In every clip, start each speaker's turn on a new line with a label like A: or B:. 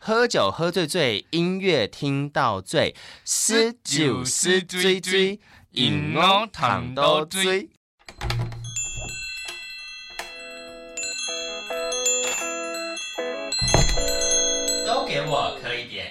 A: 喝酒喝醉醉，音乐听到醉，诗酒诗追追，饮哦躺到醉。都给我磕一点。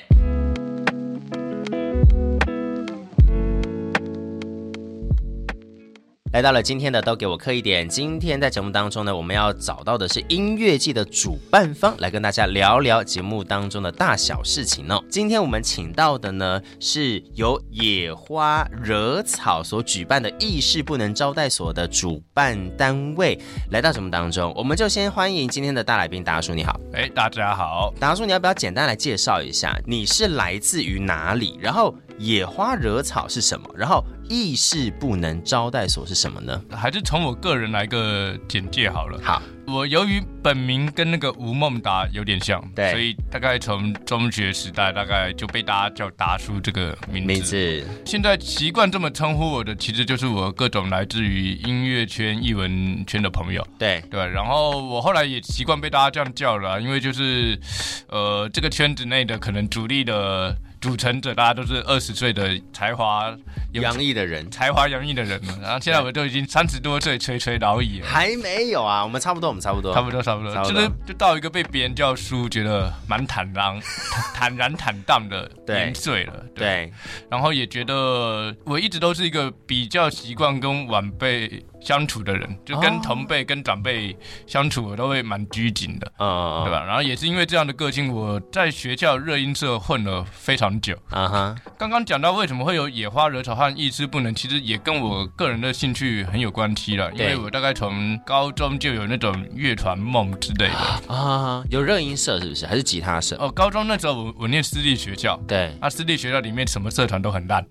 A: 来到了今天的都给我磕一点。今天在节目当中呢，我们要找到的是音乐季的主办方，来跟大家聊聊节目当中的大小事情哦。今天我们请到的呢，是由野花惹草所举办的意识不能招待所的主办单位来到节目当中，我们就先欢迎今天的大来宾达叔，你好。
B: 哎，大家好，
A: 达叔，你要不要简单来介绍一下你是来自于哪里？然后野花惹草是什么？然后意识不能招待所是什么呢？
B: 还是从我个人来个简介好了。
A: 好，
B: 我由于本名跟那个吴孟达有点像，
A: 对
B: 所以大概从中学时代大概就被大家叫达叔这个名字。
A: 名字
B: 现在习惯这么称呼我的，其实就是我各种来自于音乐圈、艺文圈的朋友。
A: 对
B: 对，然后我后来也习惯被大家这样叫了啊、因为就是，呃，这个圈子内的可能主力的组成者，大家都是二十岁的才华有
A: 洋溢的人
B: 才华洋溢的人了。然后现在我都已经三十多岁，垂垂老矣了，
A: 还没有啊，我们差不多，我们差不多，
B: 差不多差不多
A: 差，不
B: 就
A: 多
B: 是就到一个被别人叫叔，觉得蛮坦然、坦然坦荡的
A: 对
B: 年岁了。
A: 对
B: 然后也觉得我一直都是一个比较习惯跟晚辈相处的人，就
A: 哦
B: 跟同辈、跟长辈相处，我都会蛮拘谨的。
A: 嗯，
B: 对吧？然后也是因为这样的个性，我在学校热音社混了非常久。
A: 嗯？啊哈，
B: 刚刚讲到为什么会有野花惹草和一丝不能，其实也跟我个人的兴趣很有关系了，因
A: 对
B: 为我大概从高中就有那种乐团梦之 类的。
A: 啊，有热音社是不是？还是吉他社？
B: 哦，高中那时候我我念私立学校，
A: 对，
B: 啊，私立学校里面什么社团都 很烂。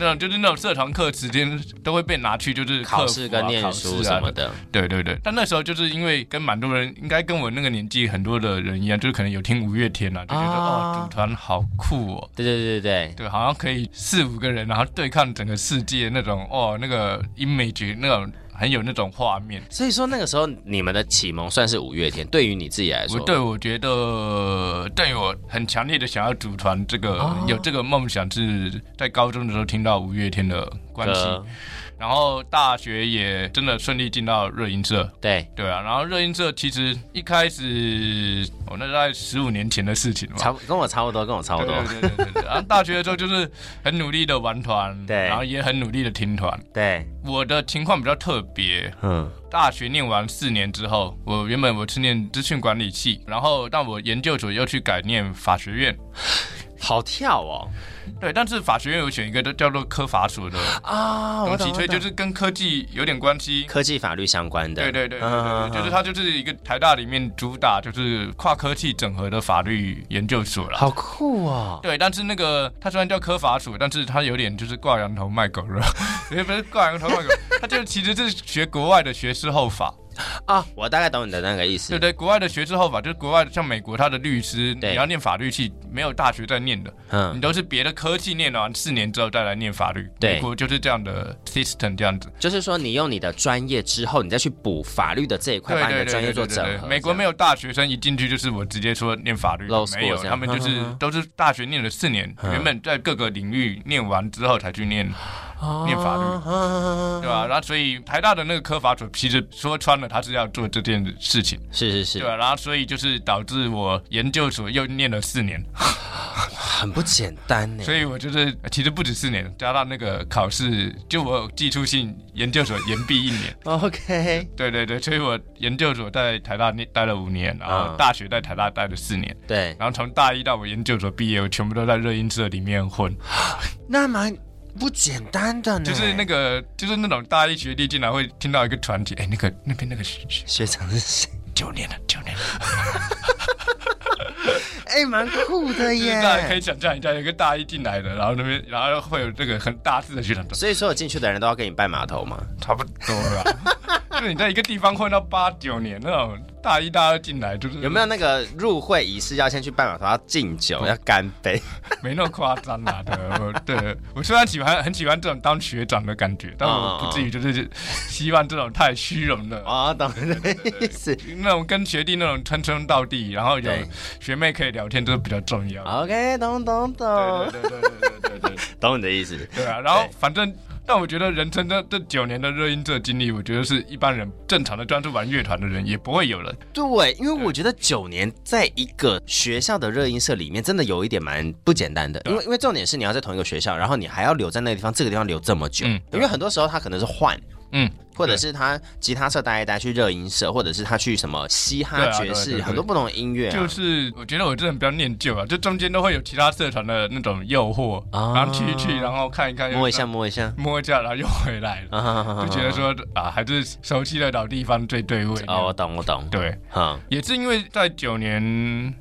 B: 那种就是那种社团课时间都会被拿去，就是
A: 考
B: 客
A: 试
B: 服啊
A: 跟念
B: 考
A: 书
B: 试啊
A: 什么的，
B: 对对对，但那时候就是因为跟蛮多人，应该跟我那个年纪很多的人一样，就是可能有听五月天啊，就觉得、
A: 啊
B: 哦，组团好酷哦，
A: 对对对对
B: 对，好像可以四五个人，然后对抗整个世界那种哦，那个 image 那种很有那种画面。
A: 所以说那个时候你们的启蒙算是五月天，对于你自己来
B: 我
A: 说，
B: 对我觉得对我很强烈的想要组团，这个、
A: 哦
B: 有这个梦想是在高中的时候听到五月天的关系，
A: 歌，
B: 然后大学也真的顺利进到热音社，
A: 对，
B: 对啊，然后热音社其实一开始，哦，那大概十五年前的事情嘛，
A: 差不跟我差不多，跟我差不
B: 对
A: 多，
B: 对对对对。然后大学的时候就是很努力的玩团，
A: 对
B: 然后也很努力的听团。
A: 对，
B: 我的情况比较特别，
A: 嗯，
B: 大学念完四年之后，我原本我是念资讯管理系，然后但我研究所又去改念法学院，
A: 好跳哦
B: 对，但是法学院有选一个叫做科法所的
A: 啊，我
B: 东
A: 懂
B: 西，
A: 我
B: 所以
A: 懂
B: 就是跟科技有点关系，
A: 科技法律相关的，
B: 对对对对
A: 嗯
B: 对，就是它就是一个台大里面主打就是跨科技整合的法律研究所啦。
A: 好酷哦，
B: 对，但是那个它虽然叫科法署，但是它有点就是挂羊头卖狗肉， 也不是挂羊头卖狗肉，它就其实是学国外的学士后法，
A: 啊！我大概懂你的那个意思，
B: 对不对？国外的学士后法就是国外的像美国，它的律师
A: 对
B: 你要念法律系，没有大学在念的，你
A: 嗯，
B: 都是别的科技念完四年之后再来念法律。
A: 对
B: 美国就是这样的 system 这样子。
A: 就是说你用你的专业之后，你再去补法律的这一块，把你的专业做整合。
B: 美国没
A: 有
B: 有大学生一进去就是我直接说念法律
A: Law，school
B: 没有，
A: 这样
B: 他们就
A: 嗯
B: 是
A: 嗯嗯
B: 都是大学念了四年，
A: 嗯
B: 原本在各个领域念完之后才去念，念法律
A: 律啊
B: 对吧？？
A: 嗯
B: 然后所以台大的那个科法所其实说穿了，他是要做这件事情，
A: 是是
B: 对
A: 是，
B: 吧？然后所以就是导致我研究所又念了四年，
A: 很不简单呢。
B: 所以我就是其实不止四年，加上那个考试，就我有技术性研究所延毕一年。
A: OK，
B: 对对对，所以我研究所在台大念待了五年，然后
A: 嗯
B: 大学在台大待了四年，
A: 对，
B: 然后从大一到我研究所毕业，我全部都在热音社里面混，
A: 那蛮不简单的呢。
B: 就是那个就是那种大一学弟进来会听到一个团体，哎，那个那边那个学学
A: 学长是谁？
B: 九年了，九年了，
A: 哎，蛮酷的
B: 就是大家可
A: 耶。
B: 以想象一下，有一个大一进来的，然后那边然后会有这个很大字的学长，
A: 所以所有进去的人都要跟你拜码头嘛？
B: 差不多了，就是你在一个地方混到八九年那种，大一大二进来就是
A: 有没有那个入会仪式要先去拜码头，要敬酒，
B: 嗯
A: 要干杯？
B: 没那么夸张啦的。我对我虽然喜欢很喜欢这种当学长的感觉，但我不至于就是希望这种太虚荣了。
A: 哦，懂的意思。
B: 那种跟学弟那种称兄道弟，然后有
A: 对
B: 学妹可以聊天，这是比较重要。
A: OK，懂懂
B: 对
A: 懂，
B: 对对对对对对对
A: 懂你的意思。
B: 对啊，然后反正，但我觉得人生这这九年的热音社经历，我觉得是一般人正常的专注玩乐团的人也不会有了。
A: 对，因为我觉得九年在一个学校的热音社里面，真的有一点蛮不简单的，因为因为重点是你要在同一个学校，然后你还要留在那个地方，这个地方留这么久，
B: 嗯
A: 因为很多时候他可能是换。
B: 嗯，
A: 或者是他吉他社待一待去热音社，或者是他去什么嘻哈
B: 对啊
A: 爵
B: 对
A: 士，
B: 对对
A: 很多不同的音乐、啊，
B: 就是我觉得我这人比较念旧啊，就中间都会有其他社团的那种诱惑，
A: 啊
B: 然后去一去，然后看一看，
A: 摸一下，摸一下，
B: 摸一下，然后又回来了，
A: 啊
B: 就觉得说啊，还是熟悉的老地方最对味。
A: 哦，我懂我懂，
B: 对，
A: 嗯，
B: 也是因为在九年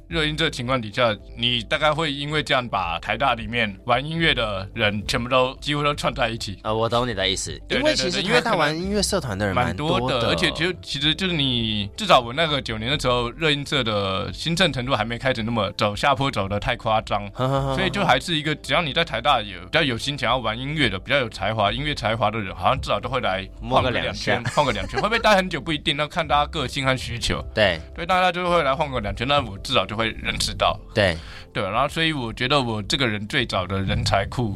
B: 热音这情况底下，你大概会因为这样把台大里面玩音乐的人全部都几乎都串在一起，
A: 呃，我懂你的意思，
B: 对
A: 因为
B: 对对
A: 其实
B: 对因为
A: 他
B: 可能
A: 玩音乐社团的人
B: 蛮
A: 多
B: 多的。而且就其实就是你至少我那个九年的时候，热音社的兴盛程度还没开始那么走下坡走的太夸张。所
A: 所
B: 以就还是一个，只要你在台大有比较有心想要玩音乐的，比较有才华、音乐才华的人，好像至少都会来
A: 摸
B: 晃
A: 个
B: 个
A: 两
B: 两
A: 下
B: 圈，晃个两圈。会不会待很久不一定，那看大家个性和需求。
A: 对
B: 对，大家就会来晃个两圈，那我至少就会认识到。
A: 对，
B: 对，然后所以我觉得我这个人最早的人才库，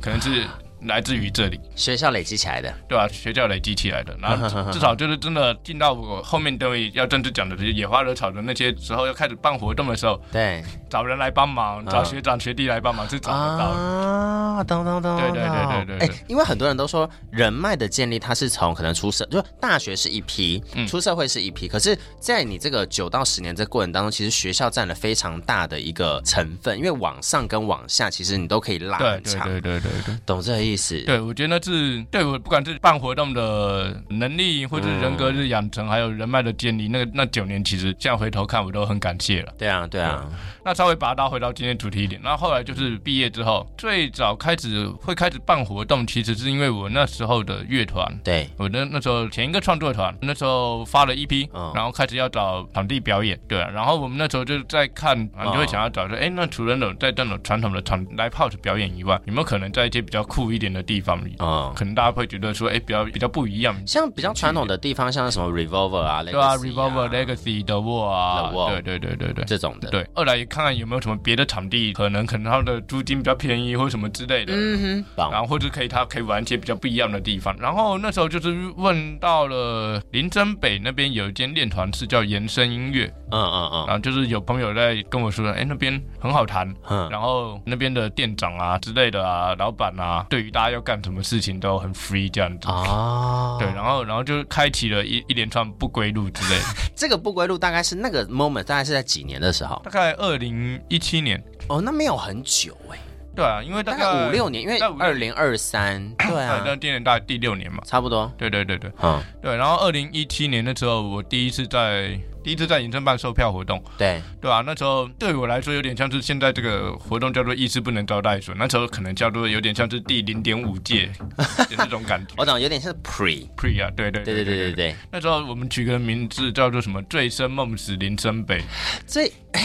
B: 可能是来自于这里，
A: 学校累积起来的，
B: 对吧、学校累积起来的，然后至至少就是真的进到我后面都要正式讲的，就是野花惹草的那些时候，要开始办活动的时候，
A: 对
B: 找人来帮忙，找学长学弟来帮忙是找得到的。
A: 啊，懂懂懂，
B: 对对对对对对
A: 哎，因为很多人都说人脉的建立，它是从可能出社，就大学是一批，
B: 嗯
A: 出社会是一批，可是，在你这个九到十年这过程当中，其实学校占了非常大的一个成分，因为往上跟往下，其实你都可以拉
B: 对
A: 很
B: 对
A: 长，
B: 对对对对，
A: 懂这个意思？
B: 对我觉得那是对我不管是办活动的能力，或者是人格的养成，还有人脉的建立，那个那九年其实现在回头看我都很感谢了。
A: 对啊，对啊，
B: 那稍微把它拉回到今天主题一点，那后来就是毕业之后，最早开始会开始办活动，其实是因为我那时候的乐团。
A: 对，
B: 我那那时候前一个创作团，那时候发了一批，
A: 嗯
B: 然后开始要找场地表演，对啊、然后我们那时候就在看，啊
A: 嗯
B: 你就会想要找说，哎、那除了那种在那种传统的场 live house 表演以外，有没有可能在一些比较酷一点的地方，
A: 嗯。
B: 可能大家会觉得说，哎、比较比较不一样，
A: 像比较传统的地方，像是什么 Revolver 啊，
B: 对啊
A: Legacy
B: ，Revolver Legacy 的 Wall 啊
A: The，Wall
B: 对对对对对，
A: 这种的，
B: 对，二来也看看有没有什么别的场地，可能可能它的租金比较便宜或什么之类的。
A: 嗯哼，
B: 然
A: 棒，
B: 后或者可以，他可以玩一些比较不一样的地方。然后那时候就是问到了林森北那边有一间练团是叫延伸音乐，
A: 嗯嗯
B: 然后就是有朋友在跟我说，哎，那边很好谈。
A: 嗯嗯，
B: 然后那边的店长啊之类的啊，老板啊，对于大家要干什么事情都很 free 这样子。
A: 哦，
B: 对，然后然后就开启了一一连串不归路之类的。
A: 这个不归路大概是那个 moment，大概是在几年的时 候？
B: 大概二零一七年，
A: 哦，那没有很久哎，
B: 对啊，因为
A: 大
B: 大
A: 概
B: 概
A: 五六年，因为
B: 大概五
A: 二
B: 六
A: 零二 三，对
B: 对，
A: 啊，
B: 那今年大概第六年嘛。
A: 差不多，
B: 对对对对
A: 嗯，
B: 对，然后二零一七年的时候，我第一次在第一次在银城办售票活动，
A: 对，
B: 对啊，那时候对我来说有点像是现在这个活动叫做意识不能招待所，那时候可能叫做有点像是第零点五届 的那种感觉。
A: 我懂，有点像 pre，
B: Pre 啊，对对
A: 对对
B: 对
A: 对对对，
B: 那时候我们取个名字叫做什么“醉生梦死林森北
A: 醉哎，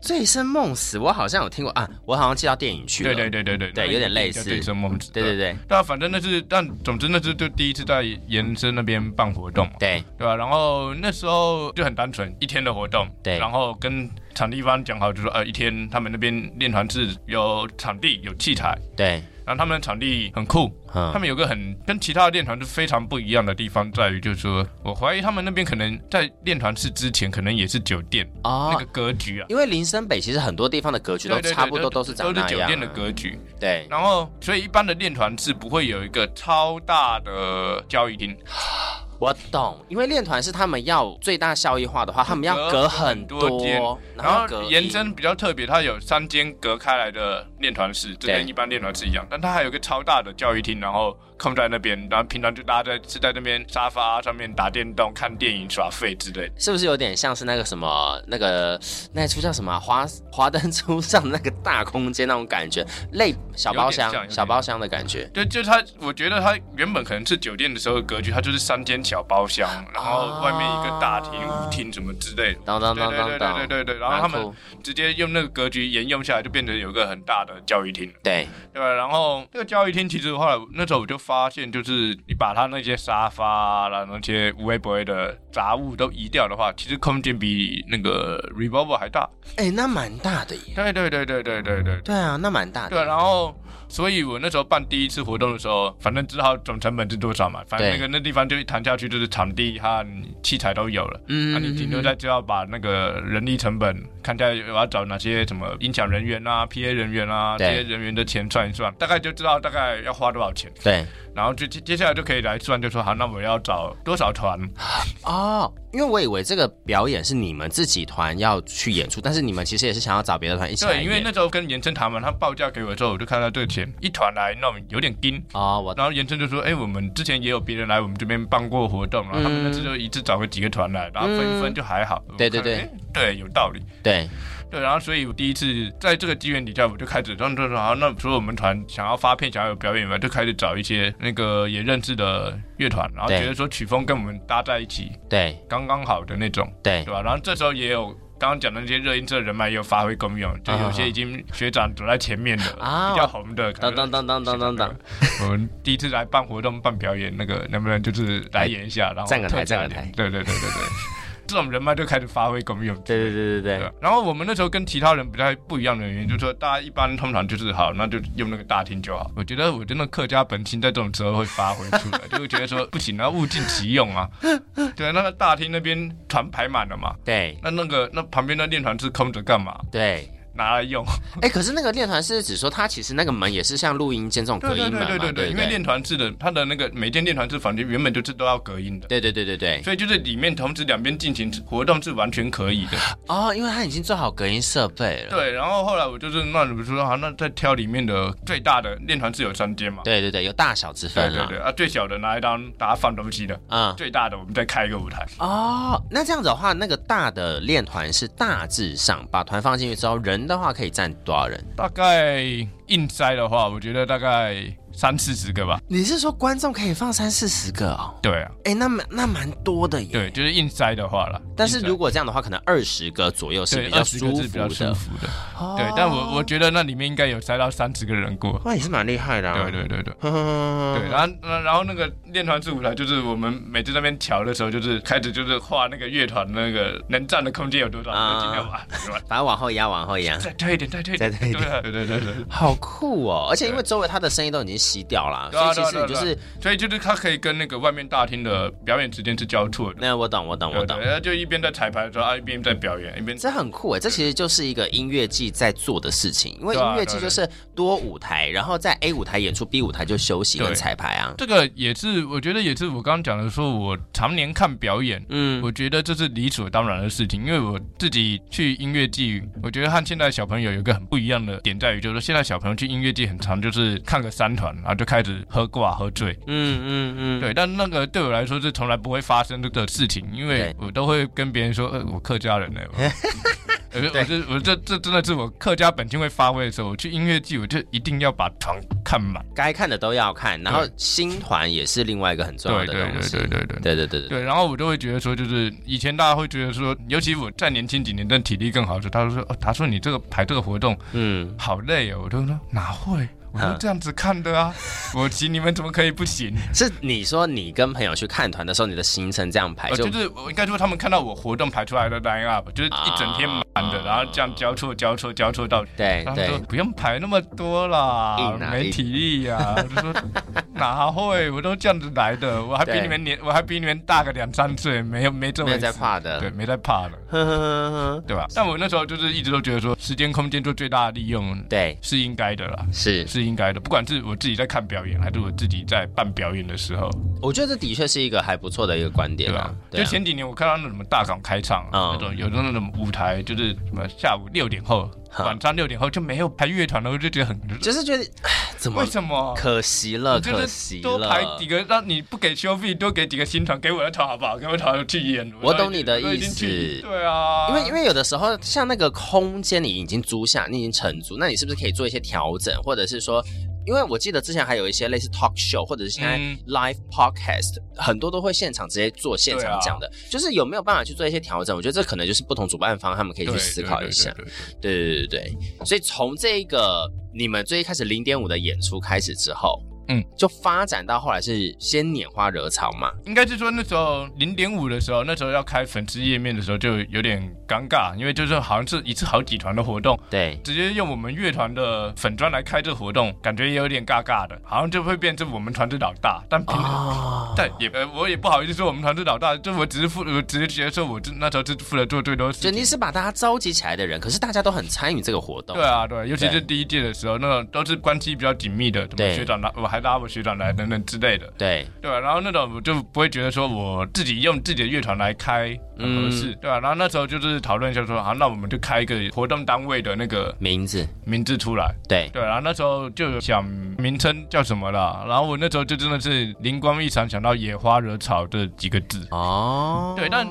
A: 醉生梦死，我好像有听过啊，我好像记到电影”，去了，
B: 对对对对对，
A: 对
B: 那
A: 有点
B: 一定
A: 类
B: 叫
A: 似
B: 醉生梦死，
A: 对对对
B: 对啊，反正那是，但总之那是就第一次在延伸那边办活动嘛，
A: 对
B: 对吧、然后那时候就很单纯，一天的活动，
A: 对
B: 然后跟场地方讲好，就说呃一天他们那边练团是有场地有器材，
A: 对，
B: 然后他们的场地很酷，他
A: 嗯，
B: 们有个很跟其他的练团是非常不一样的地方，在于就是说我怀疑他们那边可能在练团室之前可能也是酒店、那
A: 哦
B: 个，格局啊。
A: 因为林森北其实很多地方的格局都
B: 对对对
A: 差不多，
B: 都
A: 都是长
B: 都
A: 那
B: 是酒
A: 样
B: 店的
A: 啊，
B: 格局，
A: 对，
B: 然后所以一般的练团是不会有一个超大的交易厅，
A: 我懂，因为练团是他们要最大效益化的话，他们要隔很
B: 很多间然
A: 后
B: 后
A: 隔
B: 延伸比较特别，它有三间隔开来的练团室，这
A: 对
B: 跟一般练团室一样，但它还有一个超大的教育厅，然后空在那边，然后平常就大家在是在那边沙发上面打电动、看电影、耍废之类的。
A: 是不是有点像是那个什么那个那一出叫什么啊华华灯初上的那个大空间那种感觉，类小包
B: 有点像有
A: 厢
B: 点
A: 小包厢的感觉。
B: 就就他，我觉得他原本可能是酒店的时候的格局，他就是三间小包厢，然后外面一个大厅、
A: 啊
B: 舞厅什么之类的。
A: 当当
B: 对
A: 当
B: 对对
A: 当
B: 对
A: 当，
B: 对对对，然后他
A: 蛮
B: 们
A: 酷
B: 直接用那个格局沿用下来，就变成有一个很大的教育厅。
A: 对
B: 对吧？然后这个教育厅其实后来那时候我就发现，就是你把它那些沙发啦、那些无微不微的杂物都移掉的话，其实空间比那个 Revolver 还大。
A: 哎、那蛮大的耶。
B: 对对对对对对对。
A: 对啊，那蛮大的。
B: 对，然后，所以我那时候办第一次活动的时候，反正只好总成本是多少嘛，反正那
A: 对
B: 个那地方就一谈下去，就是场地和器材都有了。
A: 嗯
B: 啊那、你顶多在就要把那个人力成本，看在我要找哪些什么音响人员啊、PA 人员啊这
A: 对
B: 些人员的钱算一算，大概就知道大概要花多少钱。
A: 对
B: 然后就接接下来就可以来算，就说好，那我要找多少团？
A: 哦，因为我以为这个表演是你们自己团要去演出，但是你们其实也是想要找别的团一起来
B: 对，
A: 演。
B: 因为那时候跟延伸谈完，他报价给我之后，我就看到这个钱一团来，那我们有点惊。
A: 哦，我
B: 然后延伸就说：“哎、我们之前也有别人来我们这边办过活动，然啊后他们那次就一次找个几个团来，然后分一分就还好。我
A: 嗯对
B: 看
A: 对
B: 了哎对，有道理。
A: 对
B: 对，然后所以我第一次在这个机缘底下，我就开始，然后就说好，那除了我们团想要发片、想要有表演以外，就开始找一些那个也认识的乐团，然后
A: 对
B: 觉得说曲风跟我们搭在一起，
A: 对
B: 刚刚好的那种，
A: 对
B: 对吧？然后这时候也有。刚刚讲的那些热音社人脉也有发挥功用，就有些已经学长走在前面的，
A: 啊
B: 比较红的，可
A: 当
B: 能
A: 当当当当当当，
B: 我们第一次来办活动、办表演，那个能不能就是来演一下，然后
A: 站个台
B: 特
A: 站个
B: 一点
A: 台
B: 对对对对对， 这种人脉就开始发挥功用。
A: 对对对对
B: 对
A: 对，
B: 然后我们那时候跟其他人比较不一样的原因，就是说大家一般通常就是好，那就用那个大厅就好。我觉得我真的客家本性在这种时候会发挥出 来，就会觉得说不行，那物尽其用啊。对，那个大厅那边船排满了嘛，
A: 对
B: 那那个那旁边那练团是空着干嘛？
A: 对。
B: 拿来用。
A: 哎，可是那个练团是指说，它其实那个门也是像录音间这种
B: 对
A: 隔
B: 对
A: 音门
B: 对
A: 嘛，
B: 对对
A: 对
B: 对，
A: 不
B: 因为练团制的，它的那个每间练团制房间原本就是都要隔音的。
A: 对对对对对。
B: 所以就是里面同时两边进行活动是完全可以的，
A: 哦，因为它已经做好隔音设备了。
B: 对。然后后来我就是那比如说好，那再挑里面的最大的练团是有三间嘛，
A: 对对对，有大小之
B: 对
A: 分
B: 对
A: 了。
B: 对啊，最小的拿来当大家放东西的，
A: 嗯，
B: 最大的我们再开一个舞台。
A: 哦，那这样子的话，那个大的练团是大致上把团放进去之后，人的话可以站多少人？
B: 大概硬塞的话，我觉得大概三四十个吧。
A: 你是说观众可以放三四十个哦？
B: 对啊，
A: 哎，那蛮那蛮多的耶。
B: 对，。就是硬塞的话啦。
A: 但是
B: 硬塞
A: 如果这样的话，可能二十个左右是
B: 对
A: 比
B: 二
A: 较
B: 十个
A: 舒
B: 是
A: 服
B: 比较舒
A: 的。哦
B: 服的，对。但我我觉得那里面应该有塞到三十个人过。
A: 哇也是蛮厉害的、啊。
B: 对对对对。
A: 呵呵呵呵
B: 对，然后然后那个练团式舞台就是我们每次那边调的时候，就是开始就是画那个乐团那个能占的空间有多少，
A: 啊
B: 就尽量把对吧
A: 反正往后压，往后压，
B: 再推一点，再推一
A: 再
B: 点，
A: 推一点
B: 对啊对对对对。
A: 好酷哦！而且因为
B: 对
A: 周围他的声音都已经吸掉了，
B: 对
A: 所
B: 啊
A: 以其实你就是……
B: 所以就是它可以跟那个外面大厅的表演之间是交错的。
A: 那我懂，我懂，
B: 对
A: 我
B: 对，
A: 懂。
B: 然后就一边在彩排的时候，啊一边在表演，一边
A: 这很酷哎，这其实就是一个音乐季在做的事情，因为
B: 对啊
A: 音乐季就是多舞台，然后在 A 舞台演出，B 舞台就休息
B: 对
A: 跟彩排啊。
B: 这个也是，我觉得也是我刚刚讲的，说我常年看表演，
A: 嗯，
B: 我觉得这是理所当然的事情，因为我自己去音乐季，我觉得和现在小朋友有一个很不一样的点在于，就是说现在小朋友去音乐季很常就是看个三团，然后就开始喝挂喝醉。
A: 嗯嗯嗯，
B: 对，但那个对我来说是从来不会发生这个事情，因为
A: 对
B: 我都会跟别人说，呃，我客家人呢、欸。 我我是我这这真的是我客家本性会发挥的时候，我去音乐季我就一定要把团看满。
A: 该看的都要看，然后新团也是另外一个很重要
B: 对
A: 的
B: 对
A: 东
B: 对
A: 西。
B: 对对
A: 对
B: 对。
A: 对对对对，
B: 对，然后我就会觉得说，就是以前大家会觉得说，尤其我再年轻几年，但体力更好的时候，他就说，哦，他说你这个排这个活动
A: 嗯，
B: 好累哦，我就说哪会，我就这样子看的啊，我请你们怎么可以不行？
A: 是你说你跟朋友去看团的时候，你的行程这样排
B: 呃，
A: 就
B: 就是我应该说他们看到我活动排出来的 line up，就是一整天满的，
A: 啊
B: 然后这样交错交错交错到。
A: 对
B: 他们
A: 对
B: 说，不用排那么多啦
A: 硬，啊
B: 没
A: 硬
B: 体力呀、我就说哪会，我都这样子来的，我还比
A: 对
B: 你们年，我还比你们大个两三岁，没有没这
A: 没
B: 回
A: 有在
B: 事，
A: 怕的。
B: 对，没在怕的。
A: 呵呵呵呵，
B: 对吧？但我那时候就是一直都觉得说，时间空间做最大的利用
A: 对，
B: 是应该的啦，
A: 是，
B: 是应该的。不管是我自己在看表演，还是我自己在办表演的时候，
A: 我觉得这的确是一个还不错的一个观点
B: 对吧
A: 啊。？对
B: 就
A: 啊
B: 前几年我看到那什么大港开唱、啊
A: 嗯
B: 那种有的那种舞台，就是什么下午六点后晚上六点后就没有排乐团了，我就觉得很
A: 就是觉得唉怎么
B: 为什么？
A: 可惜了，
B: 就
A: 可
B: 是
A: 惜
B: 多排
A: 了
B: 几。个，让你不给修费，多给几个新团，给我的团好不好？给我的团去演。
A: 我懂你的
B: 我都已经
A: 意思
B: 我都已经去对啊，
A: 因为因为有的时候像那个空间你已经租下，你已经承租，那你是不是可以做一些调整，或者是说，因为我记得之前还有一些类似 talk show，或者是现在
B: 嗯
A: live podcast，、很多都会现场直接做现
B: 啊
A: 场讲的，就是有没有办法去做一些调整？我觉得这可能就是不同主办方他们可以去
B: 对
A: 思考一下。
B: 对对对对
A: 对对对对对，所以从这个你们最一开始零点五的演出开始之后，
B: 嗯，
A: 就发展到后来是先拈花惹草嘛，
B: 应该是说那时候零点五的时候，那时候要开粉丝页面的时候就有点尴尬，因为就是好像是一次好几团的活动，
A: 对，
B: 直接用我们乐团的粉砖来开这活动，感觉也有点尬尬的，好像就会变成我们团队老大，但平。
A: 啊
B: 但也呃，我也不好意思说我们团队老大，就我只是负，我只是觉得说我这那时候是负责做最多事
A: 就
B: 情。
A: 你是把大家召集起来的人，可是大家都很参与这个活动。
B: 对啊，对，尤其
A: 对
B: 是第一届的时候，那种都是关系比较紧密的，什么
A: 对
B: 学长拉，我还拉我学长来等等之类的，
A: 对
B: 对啊吧、然后那种我就不会觉得说我自己用自己的乐团来开很合
A: 嗯
B: 适，对吧、啊然后那时候就是讨论一下说，好，那我们就开一个活动单位的那个
A: 名字，
B: 名字出来，
A: 对
B: 对，然后那时候就有想名称叫什么了，然后我那时候就真的是灵光一闪，想到“野花惹草”这几个字。
A: 哦，
B: 对但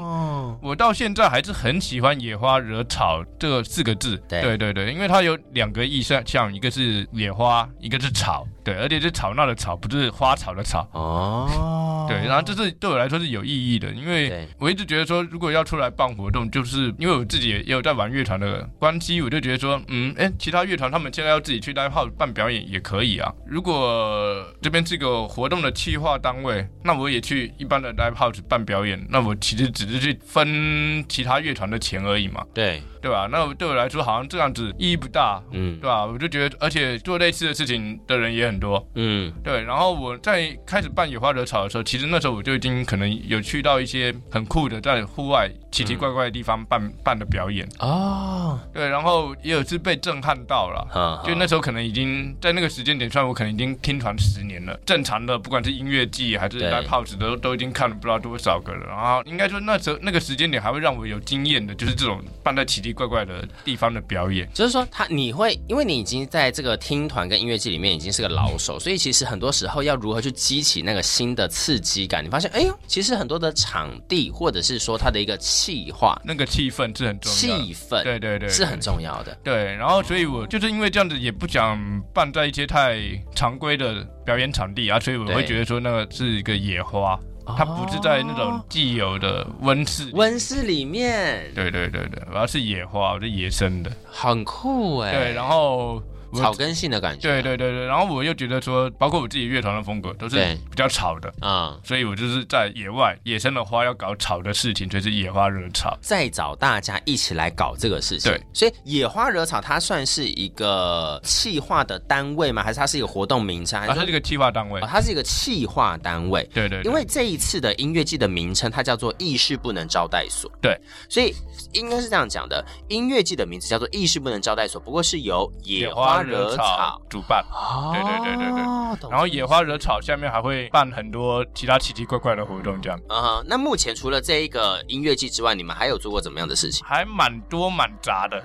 B: 我到现在还是很喜欢“野花惹草”这四个字。
A: 对
B: 对对对因为它有两个意象，像一个是野花，一个是草。对，而且是吵闹的吵，不是花草的草。
A: 哦，
B: 对，然后这是对我来说是有意义的，因为
A: 对
B: 我一直觉得说，如果要出来办活动，就是因为我自己也有在玩乐团的关系，我就觉得说，嗯，哎，其他乐团他们现在要自己去 live house 办表演也可以啊。如果这边是个活动的企划单位，那我也去一般的 live house 办表演，那我其实只是去分其他乐团的钱而已嘛，
A: 对，
B: 对吧？那对我来说好像这样子意义不大。
A: 嗯
B: 对吧？啊我就觉得，而且做类似的事情的人也很多，
A: 嗯，
B: 对，然后我在开始办野花惹草的时候，其实那时候我就已经可能有去到一些很酷的，在户外奇
A: 嗯
B: 奇怪怪的地方办、办的表演，
A: 哦，
B: 对，然后也有是被震撼到了。
A: 好
B: 就那时候可能已经在那个时间点上，我可能已经听团十年了。正常的，不管是音乐季还是
A: 对
B: live house，都都已经看了不知道多少个了。然后应该说那时候那个时间点还会让我有经验的，就是这种办在奇奇怪怪的地方的表演。
A: 就是说他你会，因为你已经在这个听团跟音乐季里面已经是个老手，所以其实很多时候要如何去激起那个新的刺激感，你发现，哎呦，其实很多的场地或者是说它的一个气化、
B: 那个气氛是很重要的，
A: 气氛，
B: 对对对，
A: 是很重要的。
B: 对，然后所以我就是因为这样子，也不想办在一些太常规的表演场地啊，所以我
A: 对
B: 会觉得说那个是一个野花，它不是在那种
A: 哦
B: 既有的温室。
A: 温室里面
B: 对对对对，我要是野花，我是野生的。
A: 很酷哎、
B: 对，然后我
A: 草根性的感觉，
B: 对对对对，然后我又觉得说，包括我自己乐团的风格都是
A: 对
B: 比较吵的，
A: 啊、嗯，
B: 所以我就是在野外野生的花要搞吵的事情，所以是野花惹草。
A: 再找大家一起来搞这个事情。
B: 对，
A: 所以野花惹草它算是一个企划的单位吗？还是它是一个活动名称？还
B: 啊，
A: 是
B: 它是一个企划单位
A: 哦，。它是一个企划单位。
B: 对对，
A: 因
B: 对
A: 为这一次的音乐季的名称，它叫做“意识不能招待所”。
B: 对，
A: 所以应该是这样讲的：音乐季的名字叫做“意识不能招待所”，不过是由野花惹草。
B: 主办。
A: 哦
B: 对对对对对
A: 对
B: 然后野花惹草下面还会办很多其他奇奇怪怪的活动，这样
A: 啊、那目前除了这一个音乐季之外，你们还有做过怎么样的事情？
B: 还蛮多蛮杂的。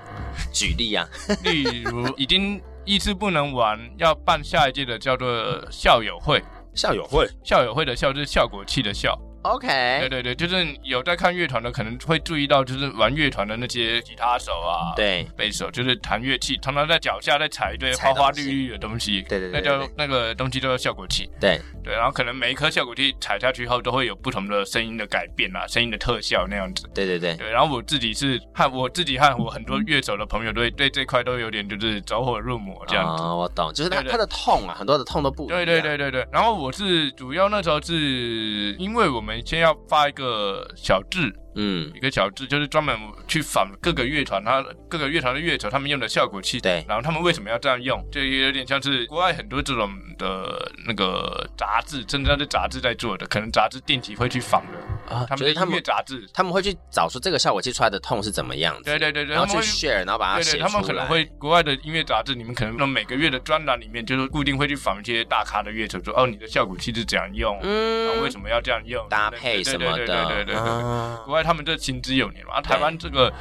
A: 举例啊，
B: 例 如，已经一次不能玩，要办下一届的叫做校友会。
A: 校友会。
B: 校友会的校就是效果器的效，对
A: OK，
B: 对对，就是有在看乐团的可能会注意到，就是玩乐团的那些吉他手啊，，
A: 嗯对
B: 贝手就是弹乐器，常常在脚下在踩一堆
A: 踩
B: 花花
A: 东西
B: 绿绿的东西，
A: 对对对
B: 那
A: 对
B: 叫
A: 对
B: 那个东西叫做效果器。
A: 对，
B: 对，然后可能每一颗效果器踩下去后，都会有不同的声音的改变啊，声音的特效那样子。
A: 对对对，
B: 对，然后我自己是和我自己和我很
A: 嗯
B: 多乐手的朋友对对这块都有点就是走火入魔这样子。
A: 哦，我懂，就是他
B: 对对
A: 他的痛啊，很多的痛都不一样
B: 对对对对对，然后我是主要那时候是因为我们先要发一个小志，
A: 嗯，
B: 一个小志就是专门去仿各个乐团，他各个乐团的乐手他们用的效果器，
A: 对
B: 然后他们为什么要这样用，就有点像是国外很多这种的那个杂志，真正的杂志在做的，可能杂志定期会去仿的，
A: 啊，
B: 他
A: 就
B: 们
A: 是
B: 的
A: 他
B: 音乐
A: 们
B: 杂志，
A: 他们会去找出这个效果器出来的痛是怎么样子，
B: 对对对对，
A: 然后
B: 他
A: 去
B: 们会
A: share，然后把它
B: 对
A: 写出
B: 对，他
A: 来。
B: 们可能会国外的音乐杂志，你们可能那每个月的专栏里面，就是固定会去访一些大咖的乐手，说哦，你的效果器是怎样用，然后为
A: 嗯
B: 什么要这样用，
A: 搭配什么的，
B: 对对对对对对对对对。
A: 啊
B: 国外他们这行之有年嘛，啊台湾这个。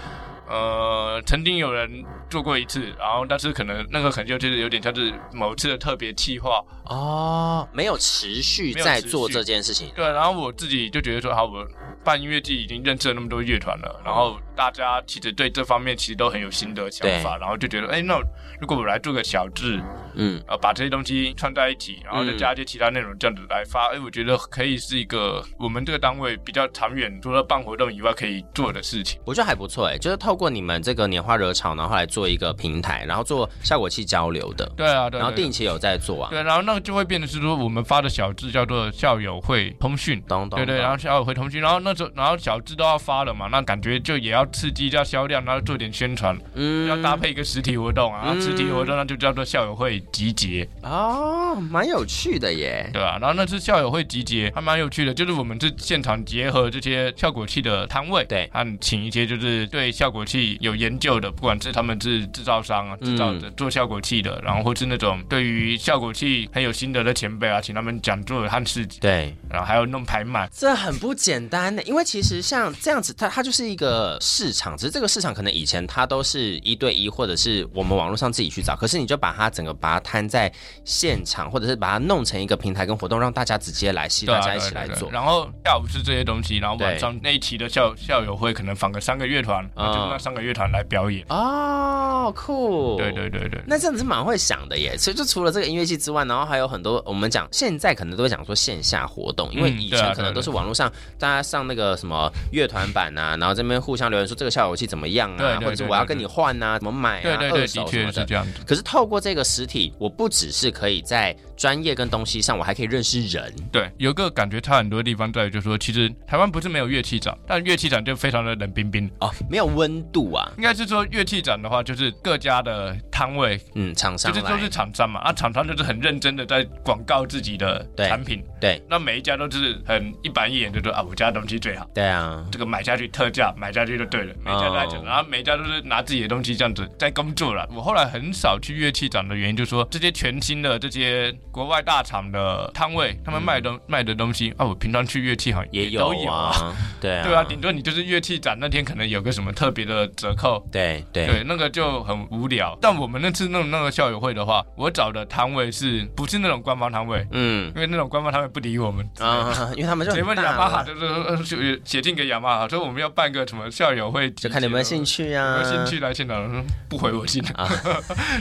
B: 呃，曾经有人做过一次，然后但是可能那个可能就是有点像是某次的特别计划，
A: 哦，没有持续
B: 没有
A: 在
B: 持
A: 做
B: 续
A: 这件事情，
B: 对，然后我自己就觉得说，好，我办音乐季已经认识了那么多乐团了，然后大家其实对这方面其实都很有心得想法，然后就觉得，哎，那我如果我来做个小制，
A: 嗯，
B: 呃，把这些东西串在一起，然后再加一些其他内容，这样子来发，哎、我觉得可以是一个我们这个单位比较长远，除了办活动以外可以做的事情。
A: 我觉得还不错哎，就是透过你们这个拈花惹草，然后来做一个平台，然后做效果器交流的，
B: 对啊，对
A: 然后
B: 对
A: 定期有在做啊，
B: 对，然后那就会变得是说，我们发的小字叫做校友会通讯，
A: 懂懂，
B: 对对，
A: 懂
B: 然后校友会通讯，然后那时候然后小字都要发了嘛，那感觉就也要刺激一下销量，然后做点宣传，
A: 嗯
B: 要搭配一个实体活动啊，然后实体活动那就叫做校友会集结，
A: 哦，蛮有趣的耶，
B: 对吧、然后那次校友会集结还蛮有趣的，就是我们是现场结合这些效果器的摊位，
A: 对
B: 和请一些就是对效果器有研究的，不管是他们是制造商啊、
A: 嗯
B: 制造的、做效果器的，然后或是那种对于效果器很有心得的前辈啊，请他们讲座和事迹，
A: 对，
B: 然后还有弄排满。
A: 这很不简单的，因为其实像这样子，它它就是一个市场，只是这个市场可能以前它都是一对一，或者是我们网络上自己去找，可是你就把它整个把它摊在现场，或者是把它弄成一个平台跟活动，让大家直接来吸，
B: 对
A: 大
B: 啊，
A: 家
B: 对
A: 一
B: 对
A: 起
B: 对
A: 来做。
B: 然后下午是这些东西，然后晚
A: 对
B: 上那一期的校校友会可能访个三个乐团，然后就是那三个乐团来表演。
A: 哦，酷，
B: 对对对对，
A: 那这样子蛮会想的耶，所以就除了这个音乐季之外，然后还有很多我们讲现在可能都会讲说线下活动，因为
B: 嗯
A: 以
B: 对啊
A: 前可能都是网络上大家上那个什么乐团版啊，然后这边互相留言说这个效果器怎么样
B: 对对
A: 啊，
B: 对
A: 或者是我要跟你换啊，怎么买
B: 对
A: 啊，
B: 对
A: 二
B: 对，的
A: 手什
B: 确
A: 么
B: 是
A: 的。
B: 这样子。
A: 可是透过这个实体，我不只是可以在专业跟东西上，我还可以认识人。
B: 对，有个感觉差很多的地方在于，就是说，其实台湾不是没有乐器展，但乐器展就非常的冷冰冰。
A: 哦，没有温度啊，
B: 应该是说，乐器展的话，就是各家的摊位，
A: 嗯，厂商
B: 就是
A: 来，
B: 都是厂商嘛，啊，厂商就是很认真的在广告自己的
A: 对
B: 产品，
A: 对
B: 那每一家都是很一板一眼就说啊，我家东西最好，
A: 对啊，
B: 这个买下去特价，买下去就对了，每家都在讲，
A: 哦
B: 然后每家都是拿自己的东西这样子在工作了。我后来很少去乐器展的原因，就是说这些全新的这些国外大厂的摊位，他们卖的东、卖的东西啊，我平常去乐器行
A: 嗯也
B: 都
A: 有
B: 有啊。
A: 啊，对啊，
B: 对啊，顶多你就是乐器展那天可能有个什么特别的折扣，
A: 对对
B: 对，那个就很无聊。但我们那次弄那个校友会的话，我找的摊位是不是那种官方摊位？
A: 嗯
B: 因为那种官方摊位不理我们。
A: 啊，因为他们就
B: 谁
A: 很
B: 问
A: 大啊
B: 雅马
A: 了
B: 哈就是呃就写信给雅马哈，说我们要办个什么校友会，
A: 就看你有没有兴
B: 趣。
A: 趣
B: 有
A: 啊，
B: 没有兴趣来现场？说不回我信，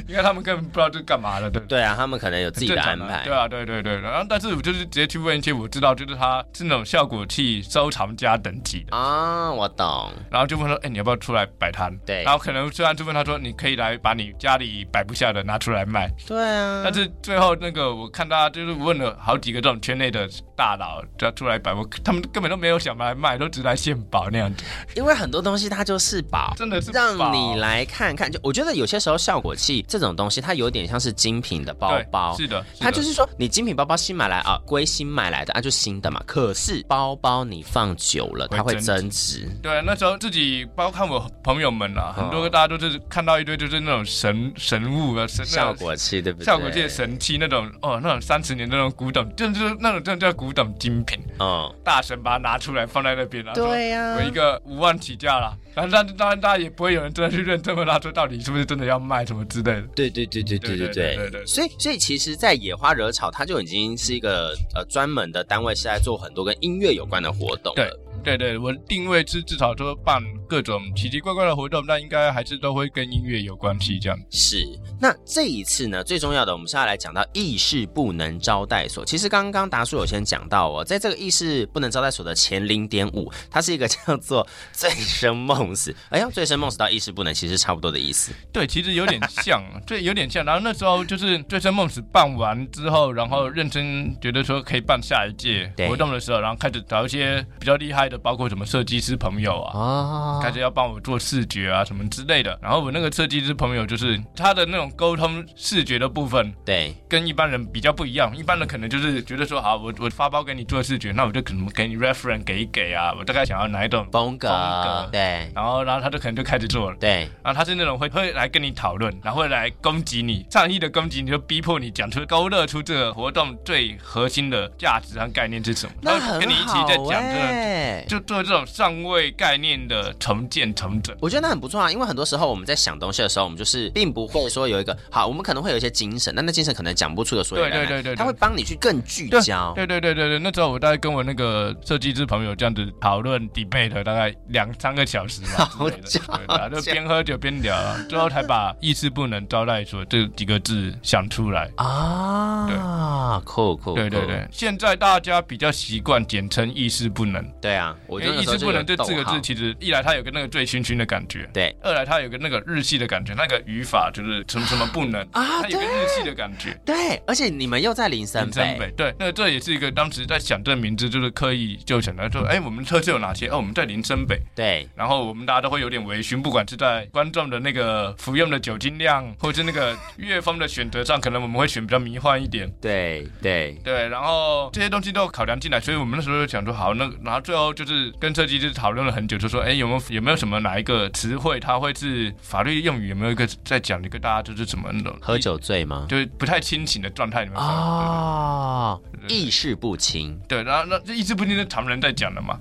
B: 因为他们根本不知道这干嘛了，对不对？
A: 对啊，他们可能有自己的
B: 很正常
A: 安
B: 的
A: 排
B: 对。啊，对对对。然后，但是我就是直接去问一些我知道，就是他是那种效果器收藏家等级的，
A: 啊，我懂，
B: 然后就问说，哎、你要不要出来摆摊？
A: 对
B: 然后可能虽然就问他说，你可以来把你家里摆不下的拿出来卖，
A: 对啊，
B: 但是最后那个我看大家就是问了好几个这种圈内的大佬，就要出来摆，我他们根本都没有想来卖，都只来献宝那样子，
A: 因为很多东西它就是宝，
B: 真的是
A: 让
B: 宝
A: 你来看看。就我觉得有些时候效果器这种东西，它有点像是精品的包
B: 对
A: 包。
B: 是的，
A: 它就是是说，你精品包包新买来啊，归新买来的啊，就新的嘛。可是包包你放久了，它会
B: 会
A: 增
B: 增
A: 值。
B: 的对。那时候自己包括我朋友们啊，很多个大家都是看到一堆就是那种神神物啊，神
A: 效。果器对不对？
B: 那种效果界神器那种哦，那种三十年的那种古董，就是那种真的叫古董精品，
A: 嗯，
B: 大神把它拿出来放在那边，然后说
A: 对呀
B: 我一个五万起价啦，然后但当然大家也不会有人真的去认真问他说到底是不是真的要卖什么之类的。
A: 对对对对对对
B: 对对对
A: 对，
B: 对
A: 所以所以其实，在野花惹草，它就已经是一个呃专门的单位，是在做很多跟音乐有关的活动了。
B: 对对，我定位是至少说办各种奇奇怪怪的活动，那应该还是都会跟音乐有关系这样。
A: 是，那这一次呢，最重要的，我们是要来讲到意识不能招待所。其实刚刚达叔有先讲到哦，在这个意识不能招待所的前零点五，它是一个 叫做醉生梦死。哎呀，醉生梦死到意识不能，其实差不多的意思。
B: 对，其实有点像，啊 对，有点像。然后那时候就是醉生梦死办完之后，然后认真觉得说可以办下一届
A: 对
B: 活动的时候，然后开始找一些比较厉害的，包括什么设计师朋友啊。
A: 哦
B: 开始要帮我做视觉啊什么之类的，然后我那个设计师朋友就是他的那种沟通视觉的部分，
A: 对，
B: 跟一般人比较不一样，一般人可能就是觉得说，好，我我发包给你做视觉，那我就可能给你 reference 给一给啊，我大概想要哪一种，
A: 风格，
B: 风格
A: 对
B: 然后然后他就可能就开始做了。
A: 对，
B: 然后他是那种会会来跟你讨论，然后会来攻击你，善意的攻击你，就逼迫你讲出勾勒出这个活动最核心的价值和概念是什么。
A: 那
B: 然后
A: 很
B: 跟你一起
A: 好
B: 在讲这个，
A: 哎、
B: 就做这种上位概念的重建重整。
A: 我觉得那很不错啊，因为很多时候我们在想东西的时候，我们就是并不会说有一个好，我们可能会有一些精神，但那精神可能讲不出的所以然来。
B: 对对对对对
A: 他会帮你去更聚焦。
B: 对对对对对，那时候我大概跟我那个设计师朋友这样子讨论 debate 大概两三个小时吧，
A: 好
B: 之类的对啊，就
A: 假
B: 边喝酒边聊啊，最后 才把“意识不能招待所”这几个字想出来。
A: 啊，酷酷，
B: 对对
A: 酷
B: 对，现在大家比较习惯简称“意识不能
A: 对啊，”，我
B: 因
A: 就
B: 为“
A: 那
B: 意
A: 时候
B: 识
A: 就
B: 不
A: 有
B: 能”这四个
A: 逗号
B: 字，其实一来它有个那个醉醺醺的感觉，
A: 对
B: 二来它有个那个日系的感觉，那个语法就是什么什么不能，
A: 啊
B: 它有个日系的感觉。
A: 对，而且你们又在林森
B: 林森
A: 北，
B: 北，对，那这也是一个当时在想这名字，就是刻意就想到说，哎、我们特色有哪些？哦，我们在林森北，
A: 对，
B: 然后我们大家都会有点微醺，不管是在观众的那个服用的酒精量，或是那个乐风的选择上，可能我们会选比较迷幻一点。
A: 对对，
B: 对，然后这些东西都考量进来，所以我们那时候就想说，好，那然后最后就是跟设计师讨论了很久，就说，哎，有没有有没有什么哪一个词汇，它会是法律用语，有没有一个在讲一个大家就是怎么那种
A: 喝，酒醉吗？
B: 就是不太清醒的状态里面发生对
A: 哦，
B: 对对
A: 意识不清，
B: 对，然后那这一直不停的常人在讲的嘛，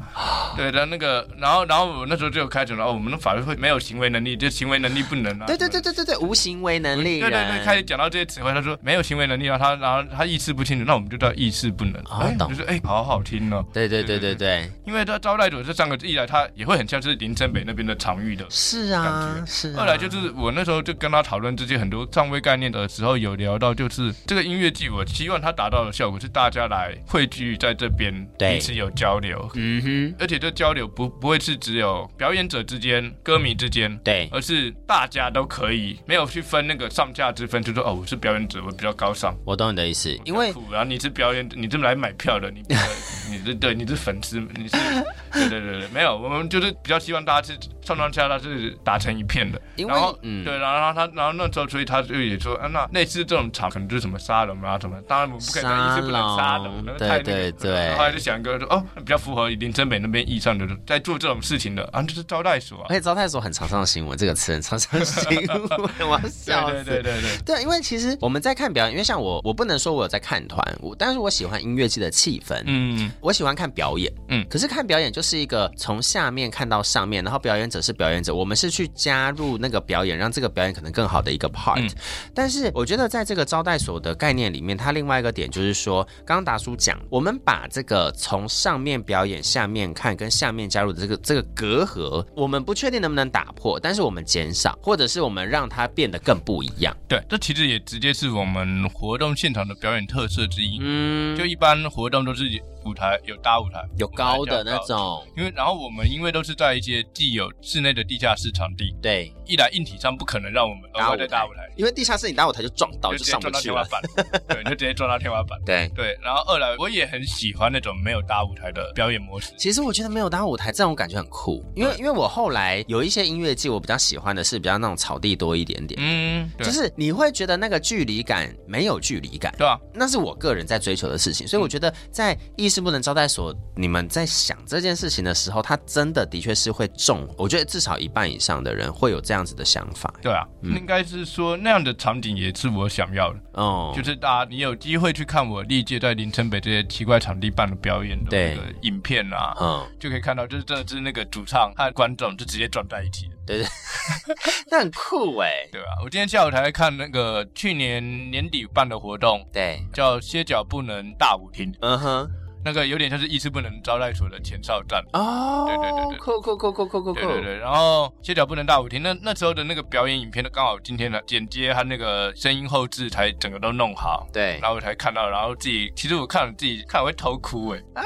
B: 对，然后那个，然后然后我那时候就开始了，哦我们的法律会没有行为能力，就行为能力不能啊，
A: 对对对对对对，哎无行为能力
B: 对对对，
A: 人，
B: 开始讲到这些词汇，他说没有行为能力啊，他然后他意识不清楚，那我们就叫意识不能，
A: 哦
B: 哎，
A: 懂
B: 就是哎，好好听哦，
A: 对对对对
B: 对对
A: 对，
B: 因为他招待所这三个字一来，他也会很像是林森北那边的场域的。
A: 是啊是啊，
B: 二来就是我那时候就跟他讨论这些很多上位概念的时候，有聊到就是这个音乐剧，我希望它达到的效果是大家来汇聚在这边，
A: 对
B: 彼此有交流，
A: 嗯哼，
B: 而且这交流不不会是只有表演者之间、歌迷之间，
A: 对
B: 而是大家都可以，没有去分那个上下之分，就说哦，我是表演者，我比较高尚，
A: 我懂你的意思，因为
B: 比较酷然后你是表演，你是来买票的，你你是对，你是粉丝，你是对对对对，没有，我们就是比较希望大家是上上下下是打成一片的，
A: 因为
B: 然后
A: 嗯
B: 对，然后他然后那时候所以他就也说，啊，那类似这种场可能就是什么沙龙啊什么，当然我们不可以
A: 沙
B: 一次不能沙龙
A: 龙，
B: 那个
A: 哦对
B: 太那个
A: 对
B: 了
A: 对
B: 然后后来就想一个说哦，比较符合林真美那边意义上的，在做这种事情的啊，就是招待所啊
A: 而，且招待所很常上新闻，这个词很常上新闻，我要
B: 对
A: 笑
B: 对
A: 死
B: 对。对对。
A: 对，因为其实我们在看表演，因为像我，我不能说我有在看团，我但是我喜欢音乐剧的气氛，
B: 嗯，
A: 我喜欢看表演，嗯
B: 嗯，
A: 可是看表演就是一个从下面看到上面，然后表演者是表演者，我们是去加入那个表演，让这个表演可能更好的一个 part。
B: 嗯
A: 但是我觉得在这个招待所的概念里面，它另外一个点就是说，刚刚达叔讲，我们把这个从上面表演、下面看跟下面加入的这个这个隔阂，我们不确定能不能打破，但是我们减少，或者是我们让它变得更不一样。
B: 对，这其实也直接是我们活动现场的表演特色之一。
A: 嗯，
B: 就一般活动都是舞台有大舞台，
A: 有高的那种，
B: 因为然后我们因为都是在一些既有室内的地下室场地，
A: 对，
B: 一来硬体上不可能让我们
A: 搭
B: 额外
A: 舞
B: 在
A: 台
B: 大舞台，
A: 因为地下室你打我台就撞到，
B: 就
A: 就
B: 直接
A: 上不
B: 撞到
A: 去
B: 天花
A: 了。
B: 板，对，就直接撞到天 花板。
A: 对，
B: 对，然后二来我也很喜欢那种没有搭舞台的表演模式，
A: 其实我觉得没有搭舞台这种感觉很酷，因
B: 嗯
A: 为因为我后来有一些音乐季，我比较喜欢的是比较那种草地多一点点，
B: 嗯，对
A: 就是你会觉得那个距离感没有距离感，
B: 对啊，
A: 那是我个人在追求的事情，
B: 嗯
A: 所以我觉得在意识不能招待所，你们在想这件事情的时候，它真的的确是会中，我觉得至少一半以上的人会有这样子的想法，
B: 对啊，
A: 嗯
B: 应该是说那样的场景也是我想要的，
A: 哦，
B: 就是大家你有机会去看我历届在林城北这些奇怪场地办的表演的
A: 对
B: 那个影片啊，
A: 嗯，
B: 就可以看到，就是真的是那个主唱和观众就直接撞在一起了，
A: 那很酷哎、
B: 对吧、我今天下午才看那个去年年底办的活动，
A: 对，
B: 叫“歇脚不能大舞厅
A: 嗯哼，”，
B: 那个有点像是意识不能招待所的前哨站。
A: 哦，
B: 对对对对
A: 酷酷酷酷酷酷酷，
B: 对对对，然后歇脚不能大舞厅，那那时候的那个表演影片，刚好今天的剪接和那个声音后置才整个都弄好，
A: 对
B: 然后我才看到，然后自己其实我看了自己看我会偷哭哎、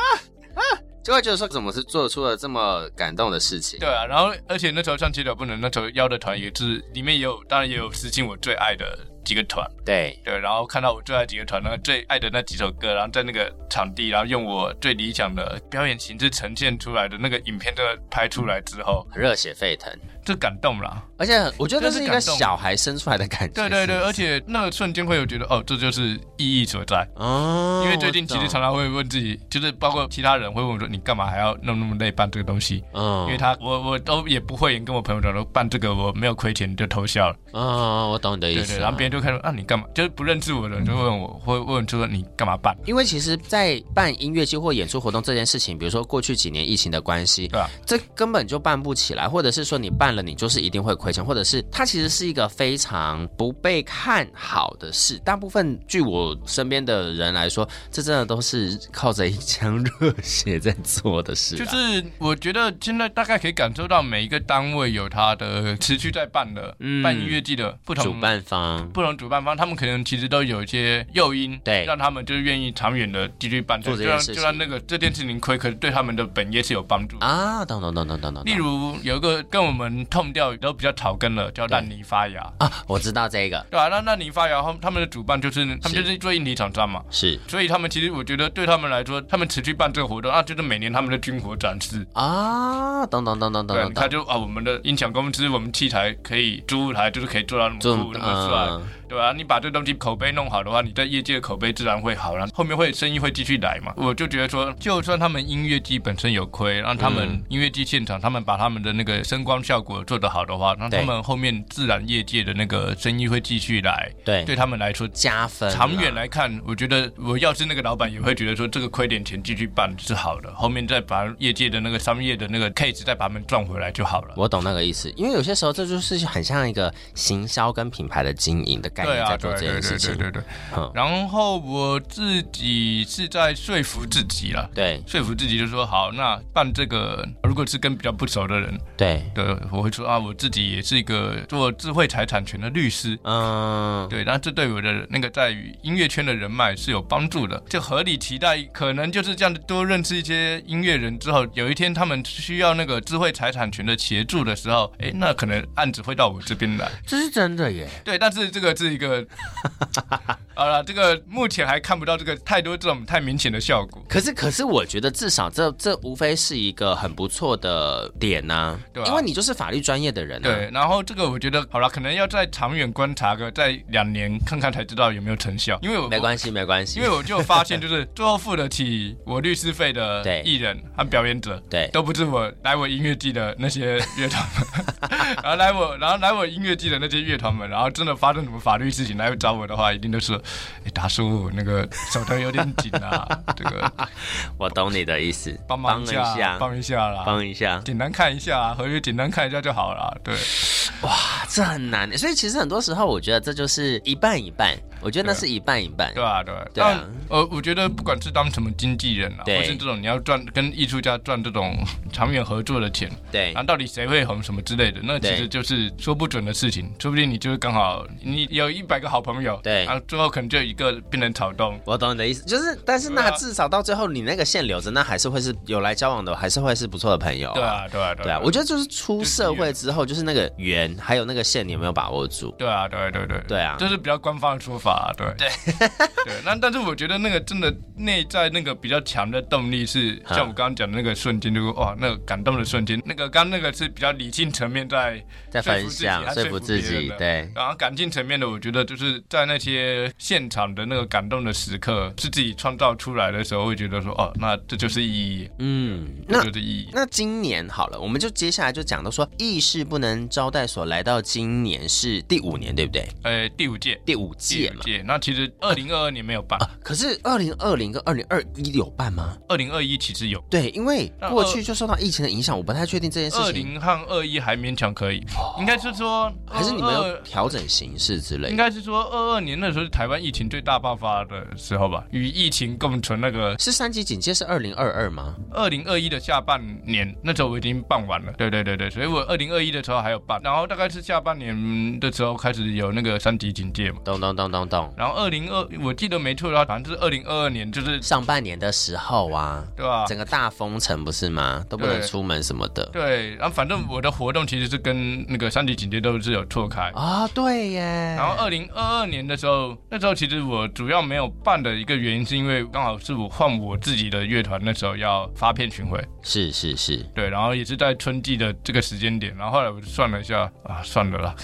A: 就会觉得说，怎么是做出了这么感动的事情？
B: 对啊，然后而且那时候像歇脚不能那时候邀的团也是里面也有，当然也有私信我最爱的几个团，
A: 对
B: 对，然后看到我最爱几个团，那个最爱的那几首歌，然后在那个场地，然后用我最理想的表演形式呈现出来的那个影片，这个拍出来之后，
A: 很热血沸腾，
B: 这感动啦。
A: 而且我觉得这
B: 真是
A: 是一个
B: 感动
A: 小孩生出来的感觉。
B: 对对对，而且那个瞬间会有觉得，哦，这就是意义所在。
A: 哦，
B: 因为最近其实
A: 我懂
B: 常常会问自己，就是包括其他人会问我说，你干嘛还要弄那么累办这个东西？
A: 嗯，
B: 因为他我我都也不会跟我朋友讲说办这个我没有亏钱你就偷笑了，
A: 嗯，我懂你的意
B: 对
A: 思
B: 对，
A: 啊。
B: 然后别人就看说啊你干嘛，就是不认识我的人就会问我，会问就说你干嘛办？
A: 因为其实，在办音乐季或演出活动这件事情，比如说过去几年疫情的关系，
B: 对啊，
A: 这根本就办不起来，或者是说你办了，你就是一定会亏钱，或者是它其实是一个非常不被看好的事。大部分据我身边的人来说，这真的都是靠着一腔热血在做的事、啊，
B: 就是我觉得现在大概可以感受到每一个单位有它的持续在办的、
A: 嗯
B: 办音乐季的不
A: 主
B: 同
A: 办方
B: 不同主办方，他们可能其实都有一些诱因，
A: 对
B: 让他们就是愿意长远的继续办。
A: 做这
B: 就
A: 件
B: 让
A: 事情
B: 就让那个这件事情亏，可是对他们的本业是有帮助。
A: 啊，懂懂懂懂懂懂。
B: 例如有一个跟我们痛调都比较草根了，叫烂泥发芽，
A: 啊，我知道这个
B: 对吧、那烂泥发芽，他们他们的主办就是他们
A: 是
B: 就是做硬体厂商嘛。
A: 是
B: 所以他们其实，我觉得对他们来说，他们持续办这个活动啊，就是每年他们的军火展示，
A: 啊，懂懂懂懂懂
B: 对，
A: 懂
B: 他
A: 懂，
B: 就啊，我们的音响公司，我们器材可以租台，就是可以做到那么
A: 这
B: 酷、那么帅，
A: 嗯
B: 对吧、你把这东西口碑弄好的话，你在业界的口碑自然会好，然后后面会生意会继续来嘛。我就觉得说，就算他们音乐季本身有亏，让他们
A: 嗯
B: 音乐季现场，他们把他们的那个声光效果做得好的话，那他
A: 对
B: 们后面自然业界的那个生意会继续来，
A: 对
B: 对他们来说。
A: 加分啦
B: 长远来看，我觉得我要是那个老板，也会觉得说这个亏点钱继续办是好的，后面再把业界的那个商业的那个 case 再把他们赚回来就好了。
A: 我懂那个意思，因为有些时候这就是很像一个行销跟品牌的经营的概
B: 对
A: 念
B: 啊，
A: 在
B: 对
A: 做这
B: 对
A: 件事
B: 对
A: 情
B: 对。对对
A: 嗯。
B: 然后我自己是在说服自己了，
A: 对
B: 说服自己就说好，那办这个如果是跟比较不熟的人，
A: 对，
B: 对，我会说啊，我自己也是一个做智慧财产权的律师。
A: 嗯，
B: 对，那这对我的那个在于音乐圈的人脉是有帮助的，就合理期待，可能就是这样多认识一些音乐人之后，有一天他们需要那个智慧财产权的协助的时候，诶，那可能案子会到我这边来。
A: 这是真的耶。
B: 对，但是这个是 一个，好了，这个目前还看不到这个太多这种太明显的效果，
A: 可是，可是，我觉得至少这这无非是一个很不错的点呐、
B: 对啊
A: 因为你就是法律专业的人、啊，
B: 对，，然后这个我觉得好了，可能要再长远观察个在两年看看才知道有没有成效，因为我
A: 没关系，没关系，
B: 因为我就发现，就是 最后付得起我律师费的
A: 对
B: 艺人和表演者，
A: 对
B: 都不是我来我音乐季的那些乐团们， 然后来我，然后来我音乐季的那些乐团们，然后真的发生什么法律事情来找我的话，一定都是，哎，大叔，那个手头有点紧 啊，这个
A: 我懂你的意思，
B: 帮忙
A: 一
B: 下，
A: 下，
B: 帮一下啦，
A: 帮一下，
B: 简单看一下啊，合约简单看一下就好了，对，
A: 啊这很难。所以其实很多时候，我觉得这就是一半一半，我觉得那
B: 对
A: 是一半一半
B: 对。啊，对啊。
A: 对啊
B: 但呃，我觉得不管是当什么经纪人啊，
A: 对
B: 或是这种你要赚跟艺术家赚这种长远合作的钱，
A: 对
B: 然后到底谁会红什么之类的，那其
A: 对
B: 实就是说不准的事情。说不定你就是刚好你有一百个好朋友，
A: 对
B: 然后最后可能就有一个变成草东。
A: 我懂你的意思，就是，但是
B: 对
A: 那
B: 啊
A: 至少到最后，你那个线留着，那还是会是有来交往的，还是会是不错的朋友。
B: 对，啊，对啊，对
A: 对啊，我觉得就是出社会之后，就是那个缘，还有那个线，你有没有把握住？
B: 对啊，对对对，
A: 对啊
B: 这是比较官方的说法、啊，对 对对。那但是我觉得那个真的内在那个比较强的动力是，
A: 哈
B: 像我刚刚讲的那个瞬间，就是哇，那个感动的瞬间，那个刚刚那个是比较理性层面在
A: 在分享，
B: 说
A: 说
B: 服
A: 服
B: 自
A: 自
B: 己
A: 己，
B: 还说服别人的
A: 对，
B: 然后感情层面的，我觉得就是在那些现场的那个感动的时刻，是自己创造出来的时候，会觉得说，哦，那这就是意义，
A: 嗯，那
B: 这就是意义。
A: 那今年好了，我们就接下来就讲到说，意识不能招待所来到今年是第五年，对不对？
B: 呃，第五届，
A: 第五
B: 第
A: 届
B: 五
A: 嘛。啊
B: 届。那其实二零二二年没有办，
A: 可是二零二零跟二零二一有办吗？
B: 二零二一其实有，
A: 对，因为
B: 那
A: 过去就受到疫情的影响，我不太确定这件
B: 二
A: 事情，
B: 零和二一还勉强可以，应该是说
A: 还是你们有
B: 22
A: 调整形式之类
B: 应
A: 的？
B: 该是说二二年那时候是台湾疫情最大爆发的时候吧，与疫情共存那个
A: 是三级警戒是二零二二吗？
B: 二零二一的下半年，那时候我已经办完了。对对对对，所以我二零二一的时候还有办，然后大概是下半年的时候开始有那个三级警戒嘛。
A: 咚咚咚咚咚，
B: 然后二零二，我记得没错的话，反正是二零二二年，就是
A: 上半年的时候啊，
B: 对吧、
A: 整个大封城不是吗？都不能
B: 对
A: 出门什么的
B: 对，然后反正我的活动其实是跟那个三级警戒都是有错开。
A: 啊、对耶。
B: 然后二零二二年的时候，那时候其实我主要没有办的一个原因，是因为刚好是我换我自己的乐团，那时候要发片巡回，
A: 是是是，
B: 对，然后也是在春季的这个时间点，然后后来我就算了一下啊，算的啦，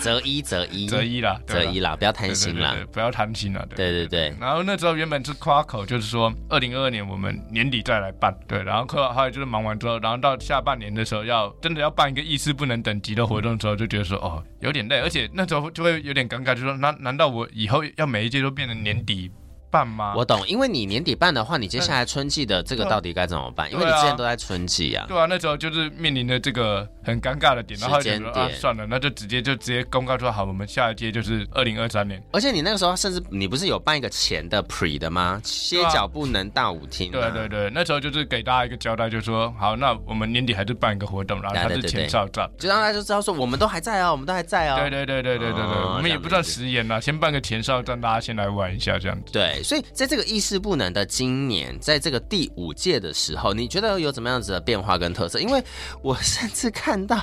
A: 择一择一
B: 择一啦，对
A: 嗯择
B: 啦
A: 一啦，不要贪
B: 对
A: 心
B: 对
A: 啦
B: 对，。不要贪心啦，对
A: 对对对，
B: 然后那时候原本是夸口，就是说二零二二年我们年底再来办，对。然后夸口后来就是忙完之后，然后到下半年的时候要真的要办一个意思不能等级的活动的时候，就觉得说哦有点累，而且那时候就会有点尴尬，就说难难道我以后要每一届都变成年底办吗？
A: 我懂，因为你年底办的话，你接下来春季的这个
B: 啊对
A: 到底该怎么办？因为
B: 对
A: 你
B: 啊
A: 之前都在春季啊。
B: 对啊，那时候就是面临的这个很尴尬的点，然后
A: 时间
B: 就说啊
A: 点
B: 算了，那就直接就直接公告说好，我们下一届就是二零二三年。
A: 而且你那个时候甚至你不是有办一个前的 pre 的吗？歇脚不能大舞厅、
B: 啊
A: 啊
B: 对对。对，那时候就是给大家一个交代，就说好，那我们年底还是办一个活动，然后
A: 对
B: 它
A: 对
B: 是
A: 对对
B: 前哨战。
A: 就让大家就知道说，我们都还在哦，我们都还在哦。
B: 对对对对对对对，
A: 哦
B: 我
A: 这
B: 们也
A: 样
B: 不算
A: 子
B: 食言啦，先办个前哨战，大家先来玩一下这样子。
A: 对所以在这个意识不能的今年，在这个第五届的时候，你觉得有怎么样子的变化跟特色？因为我甚至看到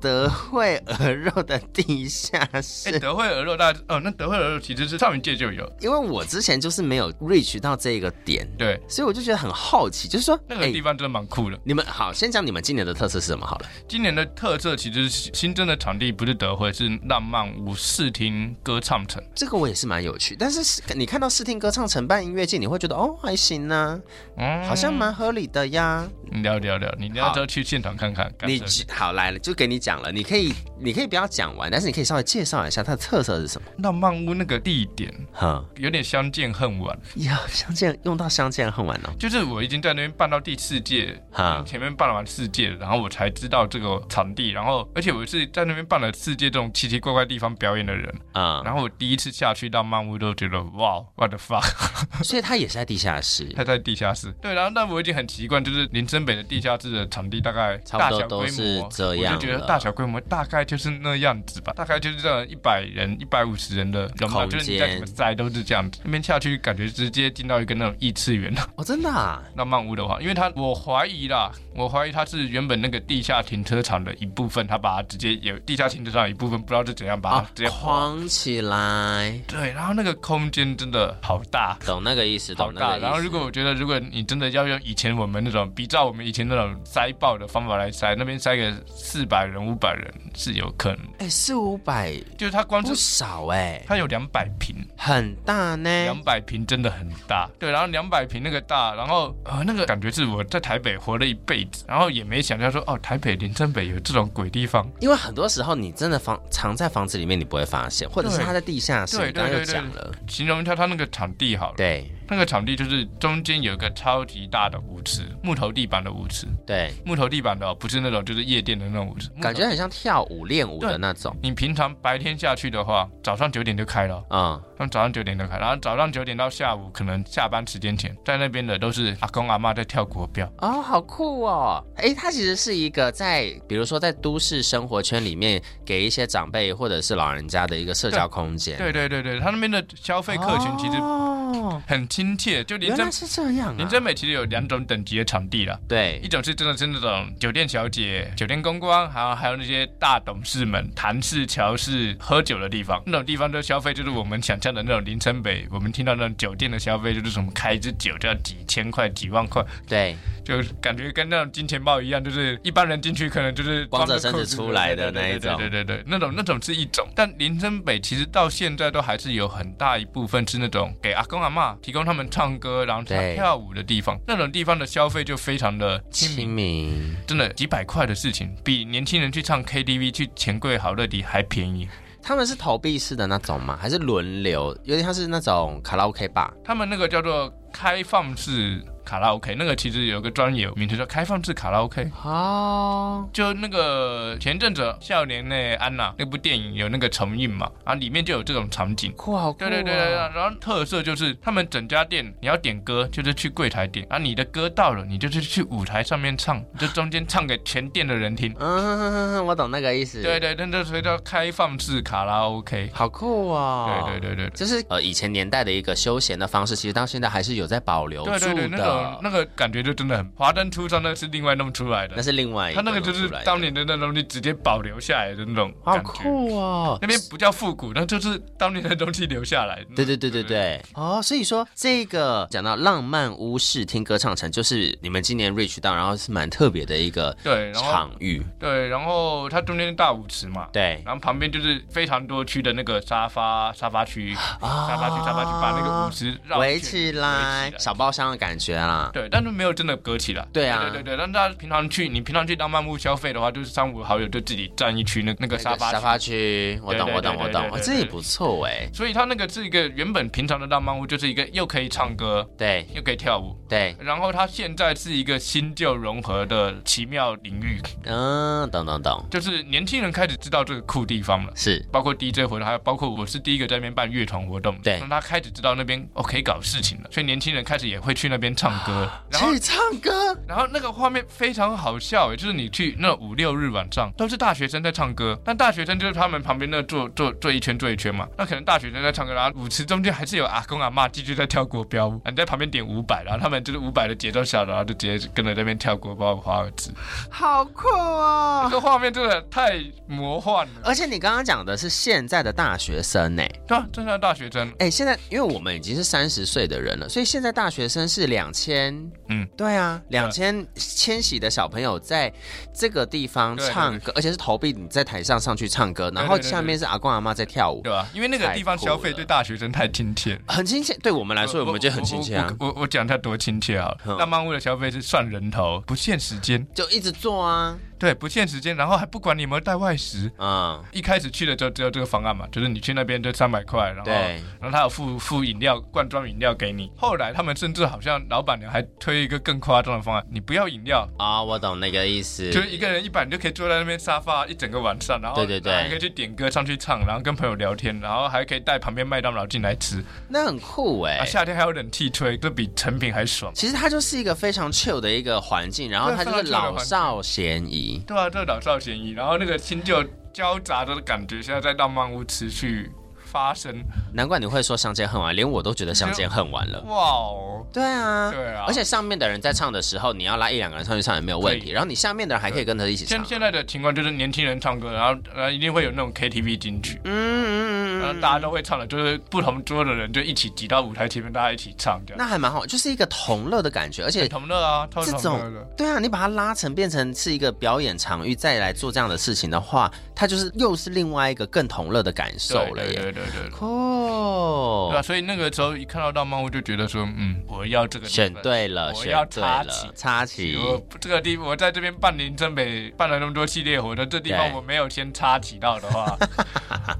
A: 德惠鹅肉的地下室，
B: 哎、德惠鹅肉大家哦，那德惠鹅肉其实是上一届就有，
A: 因为我之前就是没有 reach 到这个点，
B: 对，
A: 所以我就觉得很好奇，就是说，哎
B: 那个地方真的蛮酷的。
A: 你们好，先讲你们今年的特色是什么好了。
B: 今年的特色其实是新增的场地不是德惠，是浪漫舞视听歌唱城。
A: 这个我也是蛮有趣，但是是你看到视听歌唱承办音乐季，你会觉得哦还行呢、
B: 嗯，
A: 好像蛮合理的呀。
B: 你聊聊聊，你聊着去现场看看。感
A: 你
B: 受一下
A: 好来了，就给你讲了，你可以你可以不要讲完，但是你可以稍微介绍一下它的特色是什么。
B: 浪漫屋那个地点
A: 哈，
B: 有点相见恨晚，
A: 要相见用到相见恨晚哦。
B: 就是我已经在那边办到第四届
A: 哈，
B: 前面办完世界，然后我才知道这个场地，然后而且我是在那边办了世界这种奇奇怪怪地方表演的人，
A: 啊、
B: 然后我第一次下去到漫屋都觉得哇，what the fuck，
A: 所以它也是在地下 室，
B: 他在地下室，对，然后但我已经很习惯，就是林森北的地下室的场地大概
A: 差
B: 大
A: 不多
B: 小规模，
A: 都是这样
B: 我就觉
A: 了
B: 得大小规模大概就是那样子吧，大概就是这样一百人、一百五十人的容
A: 空
B: 量，
A: 间
B: 就是你再怎么塞都是这样子，那边下去感觉直接进到一个那种异次元
A: 哦，真的、啊。
B: 浪漫屋的话，因为它我怀疑啦，我怀疑它是原本那个地下停车场的一部分，它把它直接有地下停车场的一部分，不知道是怎样把它
A: 啊
B: 直接，划。
A: 框起来，
B: 对，然后那个空间真的好大。
A: 懂那个意思，
B: 好
A: 懂那
B: 大，
A: 个意思。
B: 然后如果我觉得，如果你真的要用以前我们那种，比照我们以前那种塞爆的方法来塞，那边塞个四百人、五百人是有可能的，
A: 哎，四五百
B: 就是它光
A: 不
B: 是
A: 少 哎、
B: 它有两百平，
A: 很大呢。
B: 两百平真的很大，对，然后两百平那个大，然后呃那个感觉是我在台北活了一辈子，然后也没想到说哦台北林森北有这种鬼地方，
A: 因为很多时候你真的房藏在房子里面，你不会发现，或者是
B: 对
A: 它在地下室。
B: 对
A: 你刚刚
B: 对
A: 又
B: 对对
A: 讲了，
B: 形容一下它那个场地好了，
A: 对
B: 那个场地就是中间有一个超级大的舞池，木头地板的舞池，
A: 对，
B: 木头地板的、哦、不是那种就是夜店的那种舞池，木头
A: 感觉很像跳舞练舞的那种。
B: 你平常白天下去的话，早上九点就开了，哦
A: 嗯，
B: 他们早上九点就开，然后早上九点到下午可能下班时间前，在那边的都是阿公阿妈在跳国标。
A: 哦，好酷哦！哎，它其实是一个在，比如说在都市生活圈里面，给一些长辈或者是老人家的一个社交空间。
B: 对对对对，他那边的消费客群其实
A: 哦，
B: 很亲切。就林
A: 原
B: 真
A: 来是这样
B: 林
A: 啊！
B: 真美其实有两种等级的场地啦，一
A: 对，
B: 种是真的是那种酒店小姐、酒店公关，还有还有那些大董事们、谈事、乔事、喝酒的地方。那种地方的消费就是我们想象的那种林真北，我们听到那种酒店的消费就是什么开一支酒就要几千块、几万块，
A: 对，
B: 就是感觉跟那种金钱豹一样，就是一般人进去可能就是
A: 光着身
B: 穿裤
A: 子出来的
B: 对对
A: 那一种
B: 对对对对，那种那种是一种。但林森北其实到现在都还是有很大一部分是那种给阿公阿嬷提供他们唱歌然后跳
A: 对
B: 跳舞的地方，那种地方的消费就非常的亲
A: 清
B: 民，
A: 明，
B: 真的几百块的事情，比年轻人去唱 KTV 去钱柜好乐迪还便宜。
A: 他们是投币式的那种吗？还是轮流？有点像是那种卡拉 OK 吧？
B: 他们那个叫做开放式卡拉 OK，那个其实有个专有名词叫开放式卡拉 OK。
A: 哦，
B: 就那个前阵子少年那安娜那部电影有那个重映嘛，然后里面就有这种场景。
A: 酷好酷、哦
B: 对对对对，然后特色就是他们整家店你要点歌就是去柜台点，啊，你的歌到了你就是去舞台上面唱，就中间唱给全店的人听。
A: 嗯，我懂那个意思。
B: 对，对，那这所以叫开放式卡拉 OK。
A: 好酷哦。
B: 对对对对。
A: 就是呃以前年代的一个休闲的方式，其实到现在还是有在保留住
B: 对
A: 的。
B: 对对，那种
A: 啊
B: 种那个感觉就真的很华灯初上，那是另外弄出来
A: 那
B: 的。
A: 是另外一
B: 他
A: 个
B: 那个就是
A: 出来的
B: 当年的那东西直接保留下来的那种
A: 好
B: 感觉，
A: 酷哦。
B: 那边不叫复古，那就是当年的东西留下来。
A: 对对对对对，哦，所以说这个讲到浪漫屋视听歌唱城，就是你们今年 reach 到，然后是蛮特别的一个
B: 对，然后
A: 场域，
B: 对，然后它中间是大舞池嘛，
A: 对
B: 然后旁边就是非常多区的那个沙发沙发区，
A: 啊
B: 沙发区沙发区把那个舞池绕一
A: 围
B: 圈
A: 起来
B: 围起，来
A: 小包厢的感觉啦。
B: 对，但是没有真的隔起来。
A: 对啊
B: 对对对，但大家平常去，你平常去当漫步消费的话，就是三五好友就自己占一区那那个沙发
A: 沙
B: 区。
A: 发区，我懂
B: 对对
A: 我懂
B: 对
A: 我
B: 对
A: 懂，
B: 对
A: 哦
B: 对
A: 这也不错哎。
B: 所以它那个是一个原本平常的浪漫屋，就是一个又可以唱歌
A: 对
B: 又可以跳舞，
A: 对，
B: 然后它现在是一个新旧融合的奇妙领域，
A: 嗯，懂懂懂，
B: 就是年轻人开始知道这个酷地方了。
A: 是
B: 包括 DJ 活动，还有包括我是第一个在那边办乐团活动，
A: 对
B: 让他开始知道那边哦可以搞事情了，所以年轻人开始也会去那边唱歌，然后
A: 去唱歌，
B: 然后那个画面非常好笑欸诶，就是你去那五六日晚上都是大学生在唱歌，但大学生就是他们旁边那坐坐坐一圈坐一圈嘛，那可能大学生在唱歌，然后舞池中间还是有阿公阿嬷继续在跳国标舞，啊你在旁边点五百，然后他们就是五百的节奏下，然后就直接跟着在那边跳国标舞华尔兹，
A: 好酷哦！
B: 这画面真的太魔幻了，
A: 而且你刚刚讲的是现在的大学生哎呢，
B: 对啊，真的大学生，
A: 哎，现在因为我们已经是三十岁的人了，所以现在大学生是两千，
B: 嗯，
A: 对啊，两千千禧的小朋友在这个地方
B: 对对
A: 唱歌，而且是投币，你在台上上去唱歌，然后
B: 对对对
A: 下面是阿公阿妈在跳舞
B: 对，吧、因为那个地方消费对大学生太亲切了。
A: 很亲切。对我们来说，我们觉得很亲切啊，
B: 我我我我讲一下多亲切啊！
A: 嗯
B: 浪漫屋的消费是算人头，不限时间，
A: 就一直做啊，
B: 对，不限时间，然后还不管你有没有带外食。
A: 嗯，
B: 一开始去的时候只有这个方案嘛，就是你去那边就三百块，然后
A: 对
B: 然后他有付付饮料罐装饮料给你。后来他们甚至好像老板娘还推一个更夸张的方案，你不要饮料。
A: 啊、我懂那个意思，
B: 就是一个人一百，你就可以坐在那边沙发一整个晚上，然后
A: 对对对
B: 还可以去点歌上去唱，然后跟朋友聊天，然后还可以带旁边麦当劳进来吃。
A: 那很酷哎、
B: 啊，夏天还有冷气吹，这比成品还爽。
A: 其实它就是一个非常 chill 的一个环境，然后它就是老少咸宜。
B: 对啊，这老少咸宜，然后那个新旧交杂的感觉，现在在浪漫屋持续发生。
A: 难怪你会说相见恨晚，连我都觉得相见恨晚了。
B: 哇哦，
A: 对啊，
B: 对啊
A: 而且上面的人在唱的时候，你要拉一两个人上去唱也没有问
B: 可
A: 题，然后你下面的人还可以跟着一起唱
B: 现。现在的情况就是年轻人唱歌，然后呃一定会有那种 KTV 进去，
A: 嗯嗯嗯
B: 然后
A: 嗯，
B: 大家都会唱的，就是不同桌的人就一起挤到舞台前面，大家一起唱这样。
A: 那还蛮好，就是一个同乐的感觉，而且。
B: 同乐啊，超
A: 这
B: 同乐
A: 种
B: 的。
A: 对啊，你把它拉成变成是一个表演场域，再来做这样的事情的话，它就是又是另外一个更同乐的感受
B: 对
A: 了耶。
B: 对对对对。
A: 酷
B: 对啊，所以那个时候一看到浪漫屋就觉得说，嗯，我要这个地
A: 选
B: 方
A: 对了，
B: 我
A: 选
B: 要
A: 对
B: 插
A: 了
B: 旗，哦
A: 插旗。
B: 我这个地，我在这边办林真北办了那么多系列活动，这地方
A: 对
B: 我没有先插旗到 的话，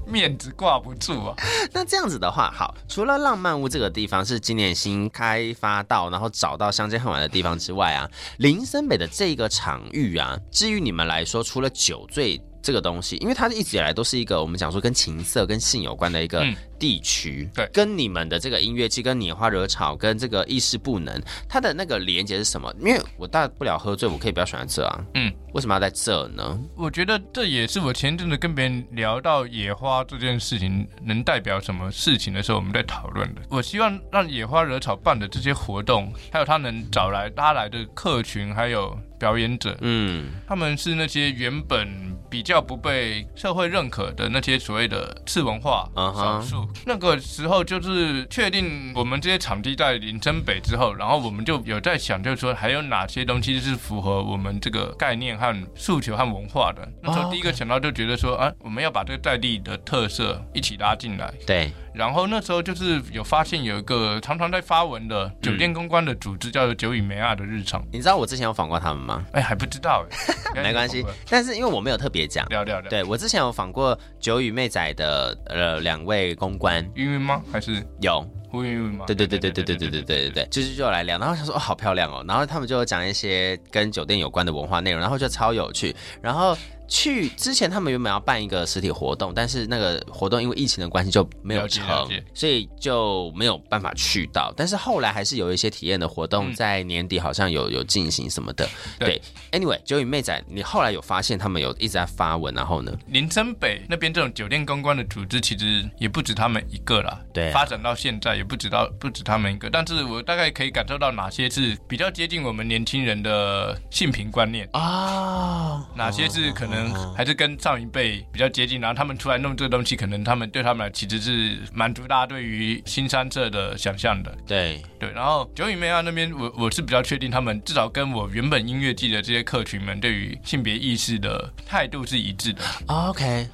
B: 面子挂不住啊。
A: 那这样子的话，好，除了浪漫屋这个地方是今年新开发到，然后找到相见恨晚的地方之外啊，林森北的这个场域啊，至于你们来说，除了酒醉。这个东西，因为它一直以来都是一个我们讲说跟情色、跟性有关的一个
B: 嗯
A: 地区，
B: 对
A: 跟你们的这个音乐季、跟拈花惹草、跟这个意识不能，它的那个连接是什么？因为我大不了喝醉，我可以不要选在这啊，
B: 嗯，
A: 为什么要在这呢？
B: 我觉得这也是我前一阵子跟别人聊到野花这件事情能代表什么事情的时候，我们在讨论的。我希望让野花惹草办的这些活动，还有他能找来拉来的客群，还有表演者，
A: 嗯，
B: 他们是那些原本比较不被社会认可的那些所谓的次文化
A: 啊哈
B: 少数。那个时候就是确定我们这些场地在林森北之后，然后我们就有在想，就是说还有哪些东西是符合我们这个概念和诉求和文化的。那时
A: 哦
B: 候第一个想到就觉得说啊，我们要把这个在地的特色一起拉进来。
A: 对，
B: 然后那时候就是有发现有一个常常在发文的酒店公关的组织，叫做久雨梅亚的日常。
A: 你知道我之前有访过他们吗？
B: 哎，还不知道哎，
A: 没关系，但是因为我没有特别讲。
B: 聊聊聊。
A: 对我之前有访过九羽妹仔的呃两位公关，
B: 云云吗？还是
A: 有，
B: 胡云云吗？
A: 对对哦对对对对对对对对对，就是就有来聊，然后想说哦好漂亮哦，然后他们就有讲一些跟酒店有关的文化内容，然后就超有趣，然后去之前他们原本要办一个实体活动，但是那个活动因为疫情的关系就没有
B: 了解
A: 成
B: 了解，
A: 所以就没有办法去到。但是后来还是有一些体验的活动，
B: 嗯
A: 在年底好像有有进行什么的。
B: 对
A: 对，Anyway，九宇妹仔，你后来有发现他们有一直在发文，然后呢？
B: 林森北那边这种酒店公关的组织，其实也不止他们一个啦。
A: 对啊
B: 发展到现在也不止到不止他们一个，但是我大概可以感受到哪些是比较接近我们年轻人的性平观念，
A: 啊、
B: 哪些是可
A: 哦
B: 能还是跟上一辈比较接近，然后他们出来弄这个东西，可能他们对他们来其实是满足大家对于新三社的想象的。
A: 对，
B: 对，然后九影妹啊那边，我我是比较确定，他们至少跟我原本音乐季的这些客群们对于性别意识的态度是一致的。
A: OK，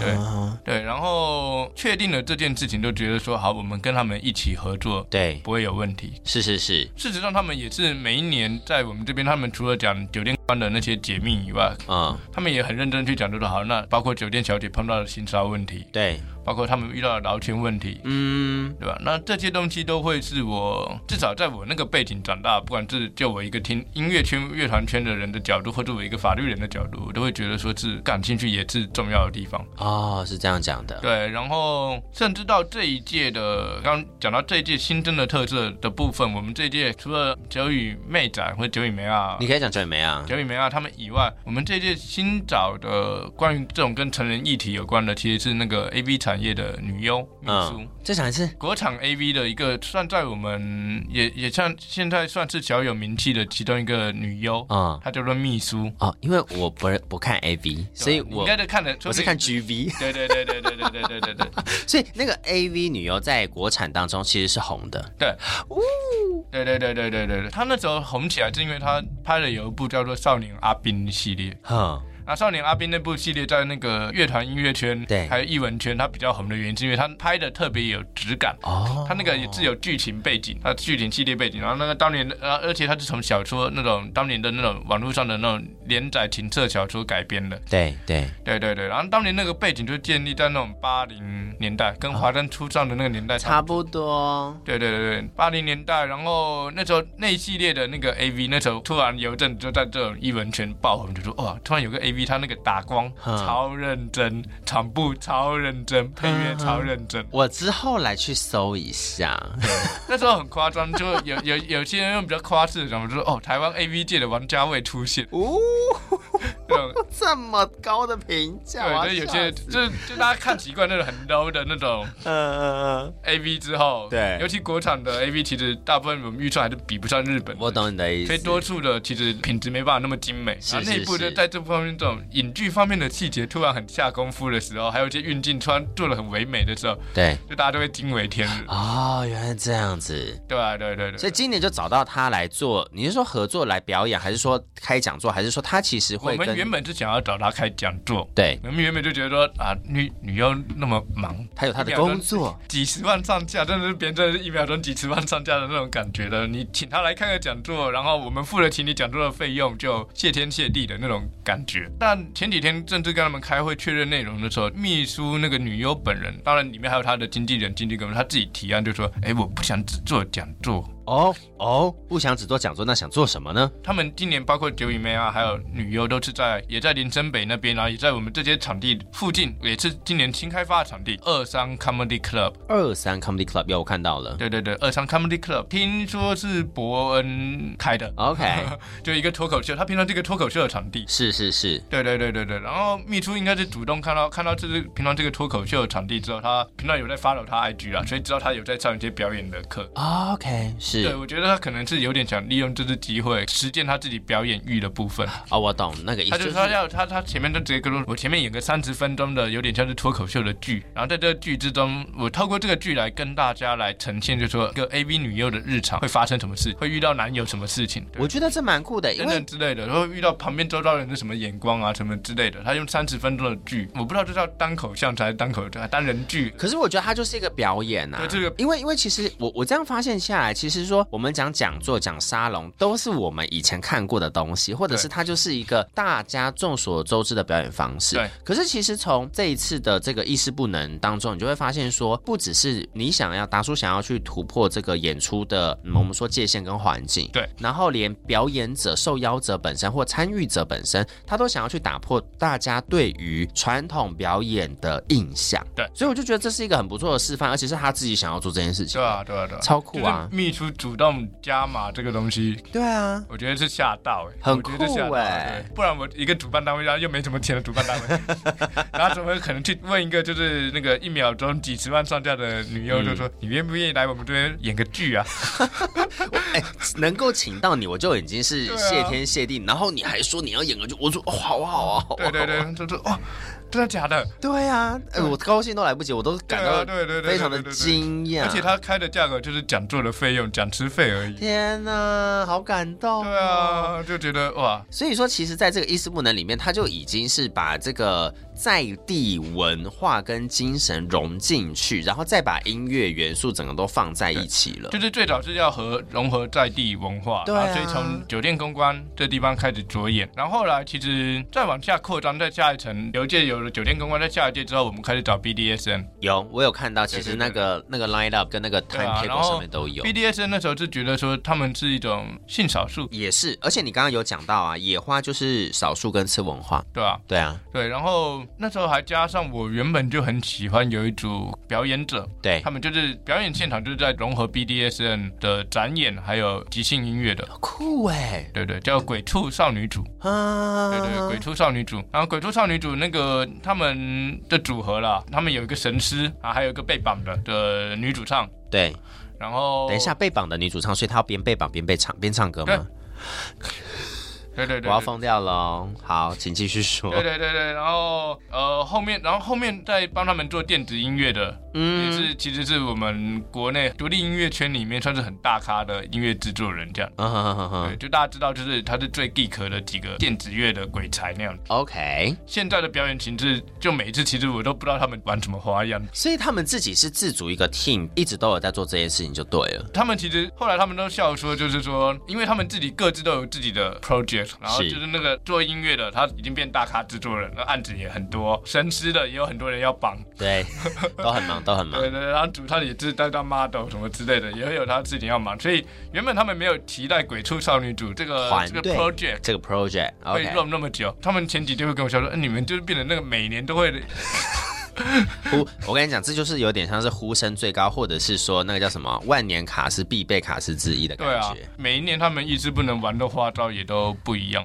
A: 对
B: 对，然后确定了这件事情，都觉得说好，我们跟他们一起合作
A: 对，
B: 不会有问题。
A: 是是是，
B: 事实上，他们也是每一年在我们这边，他们除了讲酒店关的那些解密以外，
A: 嗯，
B: 他们也很认真去讲，就是好，那包括酒店小姐碰到的性骚扰问题，
A: 对，
B: 包括他们遇到的劳权问题。
A: 嗯，
B: 对吧？那这些东西都会是我至少在我那个背景长大，不管是就我一个听音乐圈、乐团圈的人的角度，或者我一个法律人的角度，我都会觉得说是感兴趣也是重要的地方。
A: 哦，是这样讲的，
B: 对，然后甚至到这一届的，刚刚讲到这一届新增的特色的部分，我们这一届除了九羽妹展或者九羽梅啊
A: 你。可以讲九宇妹啊，
B: 九羽梅啊，他们以外，我们这一届新找的关于这种跟成人议题有关的，其实是那个 A V 产业的女优秘书。
A: 嗯，再讲一次，
B: 国产 A V 的一个算在我们也也算现在算是小有名气的其中一个女优，
A: 嗯，
B: 她叫做秘书。
A: 哦，因为我不不看 A V，所以
B: 对吧啊你
A: 我
B: 应该都看的，
A: 我是看 G V，
B: 对对对对对对对对对对。
A: 所以那个 A V 女优在国产当中其实是红的，
B: 对对对对对对对，他那时候红起来是因为他拍了有一部叫做《少年阿宾》系列。
A: 哼，
B: 那《少年阿宾》那部系列在那个乐团音乐圈，
A: 对
B: 还有艺文圈，它比较红的原因是因为它拍的特别有质感。
A: 哦，
B: 它那个也是有剧情背景，它剧情系列背景，然后那个当年，呃，而且它是从小说那种当年的那种网络上的那种连载情色小说改编的，
A: 对对，
B: 对对对，然后当年那个背景就建立在那种八零年代，跟华灯初上的那个年代差不多
A: 差不多，
B: 对对对对，八零年代，然后那时候那一系列的那个 A V，那时候突然有一阵就在这种艺文圈爆红，就说哇，突然有个 A V，他那个打光
A: 嗯
B: 超认真，场布超认真，配乐超认真。
A: 我之后来去搜一 下，
B: 那时候很夸张，就有有有些人用比较夸饰的讲法，就说哦，台湾 A V 界的王家卫出现，
A: 哦，
B: 这种
A: 这么高的评价，我要
B: 对，就有些
A: 笑死
B: 就就大家看习惯那种很 low 的那种
A: 嗯嗯
B: A V 之后，
A: 对
B: 尤其国产的 A V，其实大部分我们预算还是比不上日本
A: 嗯，
B: 的
A: 我懂你的意
B: 所以
A: 思，
B: 多数的其实品质没办法那么精美，
A: 是
B: 然后
A: 是
B: 内部就是在这方面这种影剧方面的细节突然很下功夫的时候，还有一些运镜突然做的很唯美的时候，
A: 对，
B: 就大家都会惊为天人。
A: 哦，原来是这样子。
B: 对啊，对对对。
A: 所以今年就找到他来做，你是说合作来表演，还是说开讲座，还是说他其实
B: 我
A: 会
B: 们
A: 跟
B: 原本是想要找他开讲座，
A: 对
B: 我们原本就觉得说啊，女女优那么忙，
A: 他有他的
B: 一秒钟
A: 工作，
B: 几十万上架，真的是别人真的是一秒钟几十万上架的那种感觉的。你请他来看个讲座，然后我们付了请你讲座的费用，就谢天谢地的那种感觉。但前几天正式跟他们开会确认内容的时候，秘书那个女优本人，当然里面还有她的经纪人、经纪哥们，她自己提案就说：“哎，我不想只做讲座。
A: 哦哦，不想只做讲座，那想做什么呢？”
B: 他们今年包括九影妹啊，还有女优都是在也在林森北那边，然啊后也在我们这些场地附近，也是今年新开发的场地二三 Comedy Club。
A: 二三 Comedy Club 有我看到了
B: 对对对，二商 Comedy Club，听说是伯恩开的，
A: ，OK，
B: 就一个脱口秀，他平常这个脱口秀的场地。
A: 是是是，
B: 对对对对对，然后秘书应该是主动看到看到这是平常这个脱口秀的场地之后，他平常有在 follow 他 IG 啦，所以知道他有在上一些表演的课。
A: 哦 OK，是
B: 对，我觉得他可能是有点想利用这次机会实践他自己表演欲的部分。
A: 哦，我懂那个意
B: 他
A: 思，
B: 就
A: 就
B: 说
A: 是
B: 他要他他前面都直接跟我，我前面演个三十分钟的，有点像是脱口秀的剧，然后在这个剧之中，我透过这个剧来跟大家来呈现，就说一个 A V 女优的日常会发生什么事，会遇到男友什么事情，对
A: 我觉得这蛮酷的，因
B: 等
A: 为
B: 等之类的，然后遇到旁边周遭人的什么眼光啊什么之类的，他用三十分钟的剧，我不知道这叫单口相声还是单口单人剧，
A: 可是我觉得它就是一个表演啊，
B: 对这个
A: 因为因为其实我我这样发现下来，其实说我们讲讲座、讲沙龙，都是我们以前看过的东西，或者是
B: 对
A: 它就是一个大家众所周知的表演方式。
B: 对。
A: 可是其实从这一次的这个意识不能当中，你就会发现说，不只是你想要达叔想要去突破这个演出的，嗯我们说界限跟环境，
B: 对。
A: 然后连表演者、受邀者本身或参与者本身，他都想要去打破大家对于传统表演的印象。
B: 对。
A: 所以我就觉得这是一个很不错的示范，而且是他自己想要做这件事情。
B: 对啊，对啊，对啊，
A: 超酷啊
B: 就是秘书主动加码这个东西，
A: 对啊，
B: 我觉得是吓到哎、
A: 很
B: 我觉得是吓到
A: 酷欸
B: 对不然我一个主办单位， 然后又没什么钱的主办单位，然后怎么可能去问一个就是那个一秒钟几十万上架的女
A: 嗯
B: 优，就说、你愿不愿意来我们这边演个剧啊？
A: 哎、能够请到你，我就已经是
B: 对啊
A: 谢天谢地。然后你还说你要演个剧，我说、哦、好啊好啊好啊。
B: 对对对，就说哦，真的假的？
A: 对啊，哎、我高兴都来不及，我都
B: 对
A: 感
B: 啊，
A: 到
B: 对对对，对
A: 非常的
B: 对对对
A: 惊讶。
B: 而且他开的价格就是讲座的费用、讲师费而已。
A: 天哪，好感动、哦
B: 对。啊，就觉得哇，
A: 所以说，其实在这个伊斯不能里面，他就已经是把这个在地文化跟精神融进去，然后再把音乐元素整个都放在一起了。
B: 就是最早是要和融合在地文化，
A: 对啊
B: 然后所以从酒店公关这地方开始着眼，然后后来其实再往下扩张，在下一层，有一届有了酒店公关，在下一届之后，我们开始找 BDSN，
A: 有，我有看到，其实
B: 对对对
A: 那个那个 line up 跟那个
B: 对啊
A: timetable、
B: 然后
A: 上面都有。
B: BDSN 那时候是觉得说他们是一种性少数，
A: 也是，而且你刚刚有讲到啊，野花就是少数跟次文化，
B: 对吧、
A: 对啊，
B: 对，然后那时候还加上我原本就很喜欢有一组表演者，
A: 对
B: 他，们就是表演现场就是在融合 BDSN 的展演还有即兴音乐的，
A: 酷哎、
B: 对对，叫鬼畜少女组。
A: 啊，
B: 欸对对，鬼畜少女组，然后鬼畜少女组那个他们的组合啦，他们有一个神师啊，还有一个被绑的的女主唱，
A: 对，
B: 然后
A: 等一下，被绑的女主唱，所以她要边被绑边被唱边唱歌吗？
B: 对对
A: 我
B: 对，对
A: 要疯掉了哦，好，请继续说。
B: 对对对对，然后呃后面，然后后面再帮他们做电子音乐的，也
A: 嗯，
B: 是其实是我们国内独立音乐圈里面算是很大咖的音乐制作人这样。
A: 啊哈哈哈哈
B: 对，就大家知道，就是他是最 geek 的几个电子乐的鬼才那样。
A: ，OK，
B: 现在的表演形式，就每一次其实我都不知道他们玩什么花样，
A: 所以他们自己是自主一个 team，一直都有在做这件事情，就对了。
B: 他们其实后来他们都笑说，就是说，因为他们自己各自都有自己的 project，然后就是那个做音乐的他已经变大咖制作人，那案子也很多，神师的也有很多人要绑，
A: 对， 都很忙，都很忙
B: 对。对，对然后主唱也是在当 model 什么之类的，也有他自己要忙，所以原本他们没有期待鬼畜少女组这个
A: 团
B: 这个
A: 队
B: project。
A: 这个 project
B: 会
A: OK，
B: run 那么久，他们前几天会跟我笑说，嗯你们就是变成那个每年都会
A: 呼，我跟你讲，这就是有点像是呼声最高，或者是说那个叫什么万年卡是必备卡是之一的感
B: 对啊
A: 觉。，
B: 每一年他们一直不能玩的花招也都不一样。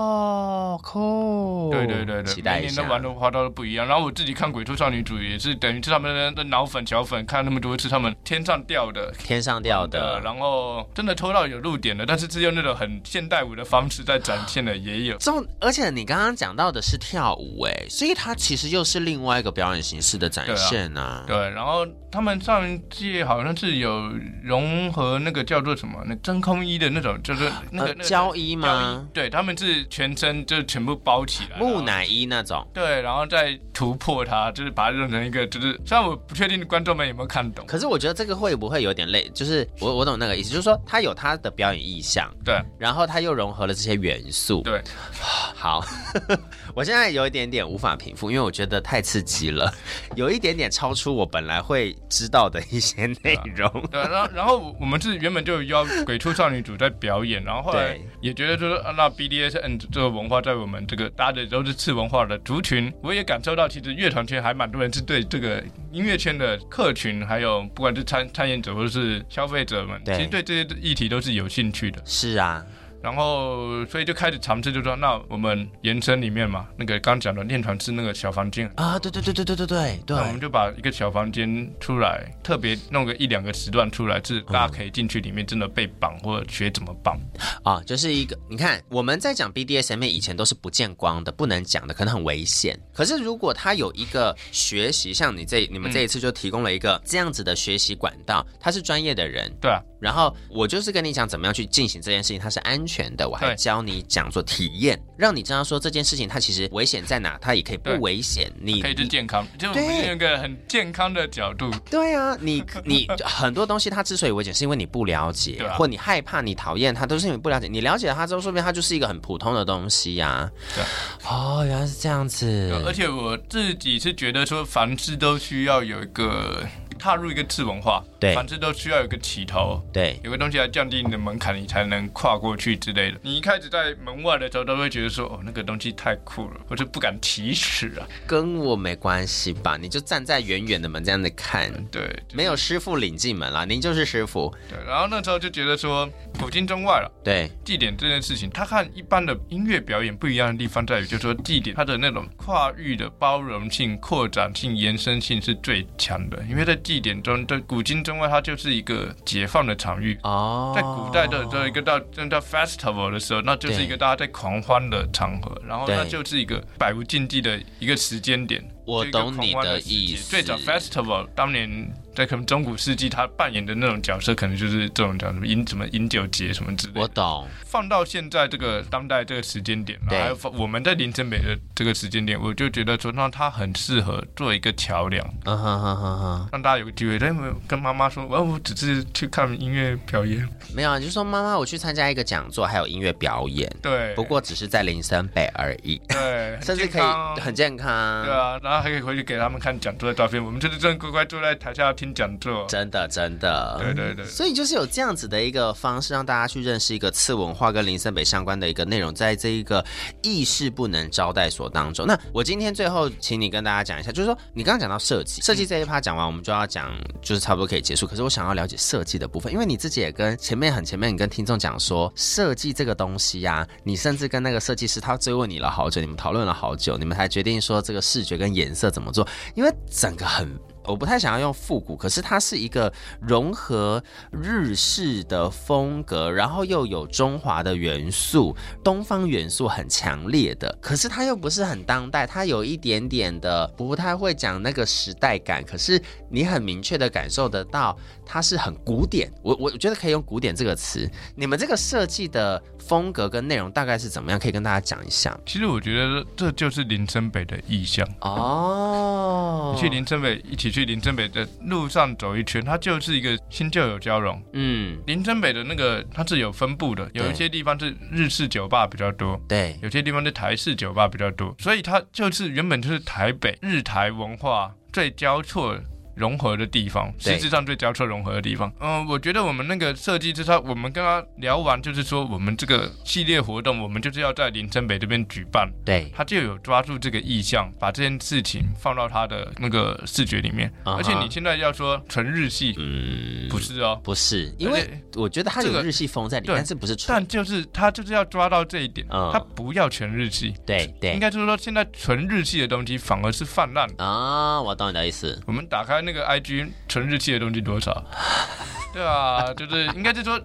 A: 哦，cool，
B: 对对对对，
A: 期待
B: 每
A: 一
B: 年
A: 下
B: 的。玩的花招都不一样。然后我自己看《鬼畜少女组》也是等于是他们的脑粉、小粉，看那么多次他们天上掉的。
A: 天上掉
B: 呃，
A: 的，。
B: 然后真的抽到有露点的，但是是用那种很现代舞的方式在展现的也有
A: 重，而且你刚刚讲到的是跳舞，哎，所以它其实又是另外一个表演形式的展现啊。
B: 对，然后他们上一届好像是有融合那个叫做什么，那真空衣的那种，就是那个、
A: 呃，
B: 那个
A: 交衣
B: 交衣
A: 吗？
B: 对，他们是全身就全部包起来，
A: 木
B: 然后
A: 乃伊那种，
B: 对，然后再突破它，就是把它弄成一个，就是虽然我不确定观众们有没有看懂，
A: 可是我觉得这个会不会有点累？就是我我懂那个意思，就是说它有它的表演意向，
B: 对，
A: 然后它又融合了这些元素。
B: 对，
A: 好， 我现在有一点点无法平复，因为我觉得太刺激了，有一点点超出我本来会知道的一些内容。
B: 对，啊然后然后我们是原本就邀鬼畜少女组在表演，然后后来
A: 对
B: 也觉得就是、啊、那 BDSN 这个文化在我们这个大家都是次文化的族群，我也感受到其实乐团圈还蛮多人是对这个音乐圈的客群，还有不管是参参演者或者是消费者们，
A: 对
B: 其实对这些议题都是有兴趣的。
A: 是啊，
B: 然后所以就开始尝试，就说那我们延伸里面嘛，那个刚讲的练团是那个小房间。
A: 啊，对对对对对对对
B: 那我们
A: 对，
B: 就把一个小房间出来，特别弄个一两个时段出来，是大家
A: 嗯
B: 可以进去里面真的被绑或者学怎么绑。
A: 啊，就是一个你看我们在讲 BDSM 以前都是不见光的，不能讲的，可能很危险。可是如果他有一个学习，像你这你们这一次就提供了一个这样子的学习管道，他是专业的人，
B: 对啊，
A: 然后我就是跟你讲怎么样去进行这件事情，它是安全的，我还
B: 对
A: 教你讲做体验，让你知道说这件事情它其实危险在哪，它也可以不
B: 对
A: 危险。你
B: 可以是
A: 你
B: 健康，就我
A: 对
B: 们用一个很健康的角度，
A: 对啊，你你很多东西它之所以危险，是因为你不了解，
B: 对啊
A: 或你害怕、你讨厌它，都是因为你不了解。你了解了它之后，说明它就是一个很普通的东西呀、
B: 对啊
A: 哦，原来是这样
B: 而
A: 子。
B: 且我自己是觉得说，凡事都需要有一个踏入一个次文化，
A: 对
B: 凡事都需要有一个起头，
A: 对，
B: 有个东西来降低你的门槛，你才能跨过去之类的。你一开始在门外的时候，都会觉得说，哦，那个东西太酷了，我就不敢提尺啊。
A: 跟我没关系吧？你就站在远远的门这样子看，
B: 对，就
A: 没有师傅领进门啦，您就是师傅。
B: 对。然后那时候就觉得说，古今中外了。
A: 对
B: 祭典这件事情，它和一般的音乐表演不一样的地方在于，就是说祭典它的那种跨域的包容性、扩展性、延伸性是最强的，因为在祭典中，在古今中外，它就是一个解放的场域。
A: 哦，
B: 在古代的这一个到真到 festival 的时候，那就是一个
A: 对
B: 大家在狂欢的场合，然后
A: 对
B: 那就是一个百无禁忌的一个时间点。
A: 我
B: 就一个
A: 懂你
B: 狂欢
A: 的
B: 时
A: 意
B: 节
A: 思
B: 最早 festival 当年在可能中古世纪，他扮演的那种角色，可能就是这种叫什么饮什么饮酒节什么之类的。
A: 我懂。
B: 放到现在这个当代这个时间点，
A: 对
B: 还有放我们在林森北的这个时间点，我就觉得说，那它很适合做一个桥梁，
A: 嗯哼哼哼哼，
B: 让大家有个机会。但我跟妈妈说，哦我我只是去看音乐表演，
A: 没有啊，你就说妈妈，我去参加一个讲座，还有音乐表演，
B: 对，
A: 不过只是在林森北而已，
B: 对，
A: 甚至可
B: 健康
A: 以很健康。
B: 对啊，然后还可以回去给他们看讲座的照片。我们就是真的乖乖坐在台下听讲座，
A: 真的，真的，
B: 对对对
A: 所以就是有这样子的一个方式，让大家去认识一个次文化跟林森北相关的一个内容，在这一个意识不能招待所当中。那我今天最后请你跟大家讲一下，就是说你刚刚讲到设计，设计这一趴讲完，我们就要讲，就是差不多可以结束。可是我想要了解设计的部分，因为你自己也跟前面很前面，你跟听众讲说，设计这个东西呀、你甚至跟那个设计师他追问你了好久，你们讨论了好久，你们才决定说这个视觉跟颜色怎么做，因为整个很我不太想要用复古，可是它是一个融合日式的风格，然后又有中华的元素、东方元素很强烈的，可是它又不是很当代，它有一点点的不太会讲那个时代感，可是你很明确的感受得到它是很古典。我我觉得可以用古典这个词。你们这个设计的风格跟内容大概是怎么样？可以跟大家讲一下
B: 其实我觉得这就是林森北的意象。
A: 哦
B: 你。去林森北，一起去林森北的路上走一圈，它就是一个新旧有交融。
A: 嗯，
B: 林森北的那个它是有分布的，有一些地方是日式酒吧比较多，
A: 对，
B: 有些地方是台式酒吧比较多，所以它就是原本就是台北日台文化最交错。融合的地方，
A: 对
B: 实质上最交错融合的地方。嗯、我觉得我们那个设计师他，我们跟他聊完，就是说我们这个系列活动，我们就是要在林森北这边举办，
A: 对，
B: 他就有抓住这个意向，把这件事情放到他的那个视觉里面。
A: 啊哈
B: 而且你现在要说纯日系，
A: 嗯，
B: 不是哦，
A: 不是，因
B: 而
A: 为
B: 且
A: 我觉得它
B: 这
A: 有
B: 个
A: 日系风在里面，
B: 对
A: 但是不是纯
B: 但就是他就是要抓到这一点，
A: 嗯
B: 他不要全日系。
A: 对对
B: 应该就是说，现在纯日系的东西反而是泛滥的。
A: 啊、我懂你的意思。
B: 我们打开那个 IG 纯日系的东西多少？ 对啊，就是应该是说，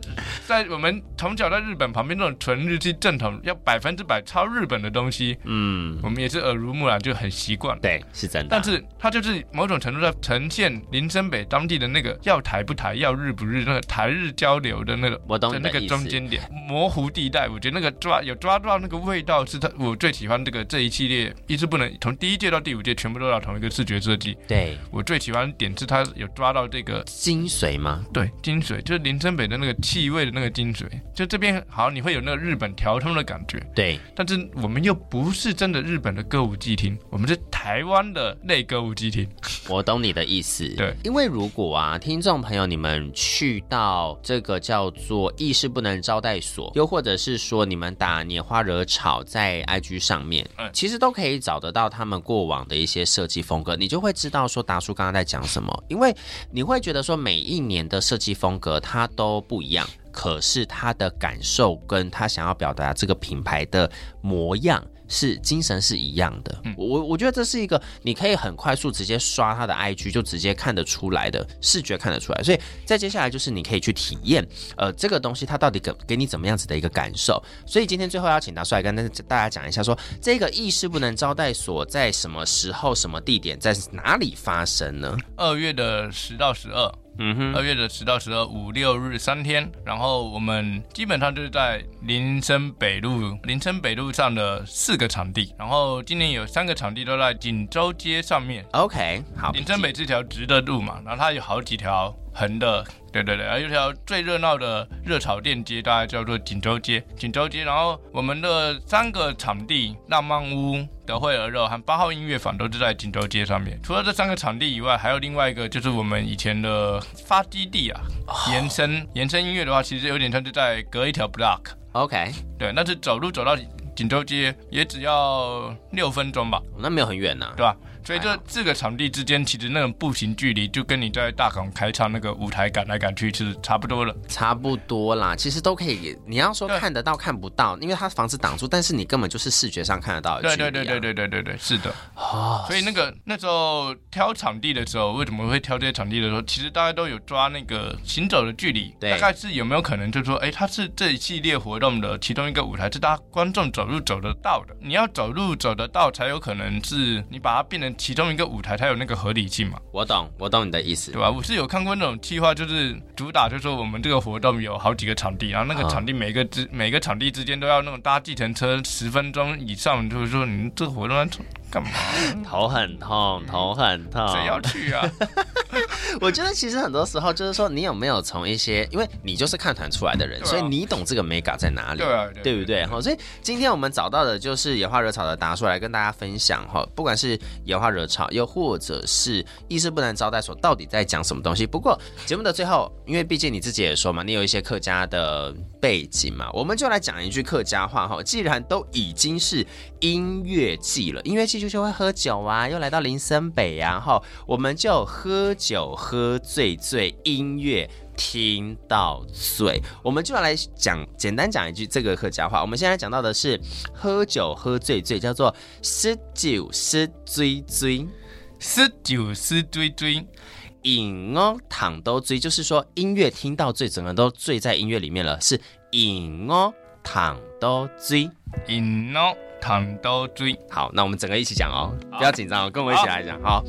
B: 在我们从小在日本旁边那种纯日系正统，要百分之百超日本的东西，
A: 嗯，
B: 我们也是耳濡目染，就很习惯。
A: 对，是真的。啊
B: 但是它就是某种程度在呈现林森北当地的那个要台不台、要日不日那个台日交流的那个
A: 我懂
B: 的
A: 你
B: 那
A: 的
B: 个
A: 意思
B: 中。间点模糊地带，我觉得那个抓有抓到那个味道是它我最喜欢这个这一系列，一直不能从第一届到第五届全部都要同一个视觉设计，
A: 对，
B: 我最喜欢的点是它有抓到这个
A: 精髓吗？
B: 对精髓，就是林森北的那个气味的那个精髓，就这边好你会有那个日本调通的感觉，
A: 对，
B: 但是我们又不是真的日本的歌舞伎町，我们是台湾的类歌舞伎町，
A: 我懂你的意思。
B: 对，
A: 因为如果啊，听众朋友你们去到这个叫做意识不能招待所，又或者是说你们打拈花惹草在 IG 上面，
B: 嗯
A: 其实都可以找得到他们过往的一些设计风格，你就会知道说达叔刚刚在讲什么，因为你会觉得说每一年的设计风格它都不一样。可是他的感受跟他想要表达这个品牌的模样是精神是一样的。我我我觉得这是一个你可以很快速直接刷他的 IG 就直接看得出来的视觉看得出来，所以再接下来就是你可以去体验，呃，这个东西它到底给给你怎么样子的一个感受。所以今天最后要请大帅跟大大家讲一下说，这个意识不能招待所在什么时候、什么地点、在哪里发生呢？
B: 二月的十到十二，
A: 嗯哼，
B: 二月的十到十二五六日三天，然后我们基本上就是在林森北路林森北路上的四个场地，然后今年有三个场地都在锦州街上面。
A: OK，好，
B: 林森北这条直的路嘛，然后它有好几条横的，对对对，还有一条最热闹的热炒店街，大概叫做锦州街。锦州街，然后我们的三个场地，浪漫屋、德惠鹅肉和八号音乐坊都是在锦州街上面。除了这三个场地以外，还有另外一个就是我们以前的发基地啊，延伸延伸音乐的话，其实有点像是在隔一条 block，
A: OK，
B: 对，但是走路走到锦州街也只要六分钟吧。
A: 那没有很远呐、
B: 对吧？所以
A: 还
B: 这
A: 好
B: 四个场地之间，其实那种步行距离，就跟你在大港开唱那个舞台赶来赶去是差不多了。
A: 差不多啦。其实都可以，你要说
B: 对
A: 看得到看不到，因为它房子挡住，但是你根本就是视觉上看得到的
B: 对
A: 距离、
B: 对
A: 啊。
B: 对对对对对对，是的。
A: 哦，
B: 所以那个那时候挑场地的时候，为什么会挑这些场地的时候，其实大家都有抓那个行走的距离，
A: 对
B: 大概是有没有可能就是说，哎，它是这一系列活动的其中一个舞台，是大家观众走路走得到的。你要走路走得到，才有可能是你把它变成其中一个舞台，才有那个合理性嘛。
A: 我懂，我懂你的意思
B: 对。吧？我是有看过那种计划，就是主打就是说我们这个活动有好几个场地，然后那个
A: 啊
B: 场地每个之、每个场地之间都要那种搭计程车十分钟以上，就是说你这个活动干嘛？
A: 头很痛，头很痛。
B: 嗯谁要 去啊？
A: 我觉得其实很多时候就是说，你有没有从一些，因为你就是看团出来的人，
B: 对啊
A: 所以你懂这个美感在哪里。
B: 对啊，啊
A: 对不对？哈，所以今天我们找到的就是野花惹草的达叔来跟大家分享哈，不管是野花惹草，又或者是意识不能招待所到底在讲什么东西。不过节目的最后，因为毕竟你自己也说嘛，你有一些客家的背景嘛，我们就来讲一句客家话哈。既然都已经是音乐季了，音乐季就是会喝酒啊，又来到林森北啊，哈，我们就喝酒喝醉醉音乐。听到醉，我们就要来讲，简单讲一句这个客家话。我们现在讲到的是喝酒喝醉醉，叫做失酒失醉醉，
B: 十九是追追，
A: 饮哦躺都醉，就是说音乐听到醉，整个都醉在音乐里面了，是饮哦躺都醉。
B: 饮哦糖都追，
A: 好，那我们整个一起讲哦，不要紧张哦，跟我一起来讲。好，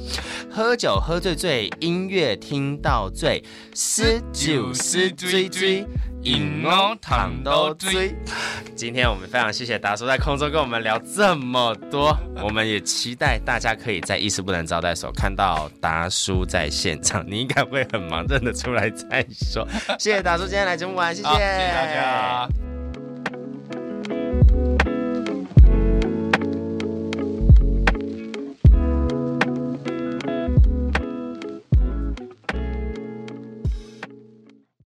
A: 喝酒喝醉醉，音乐听到醉，诗酒诗追追，饮哦躺都追。今天我们非常谢谢达叔在空中跟我们聊这么 多，我们也期待大家可以在意识不能招待所看到达叔在现场，你应该会很忙，认得出来再说。谢谢达叔今天来节目玩，谢谢
B: 啊好，谢谢大家。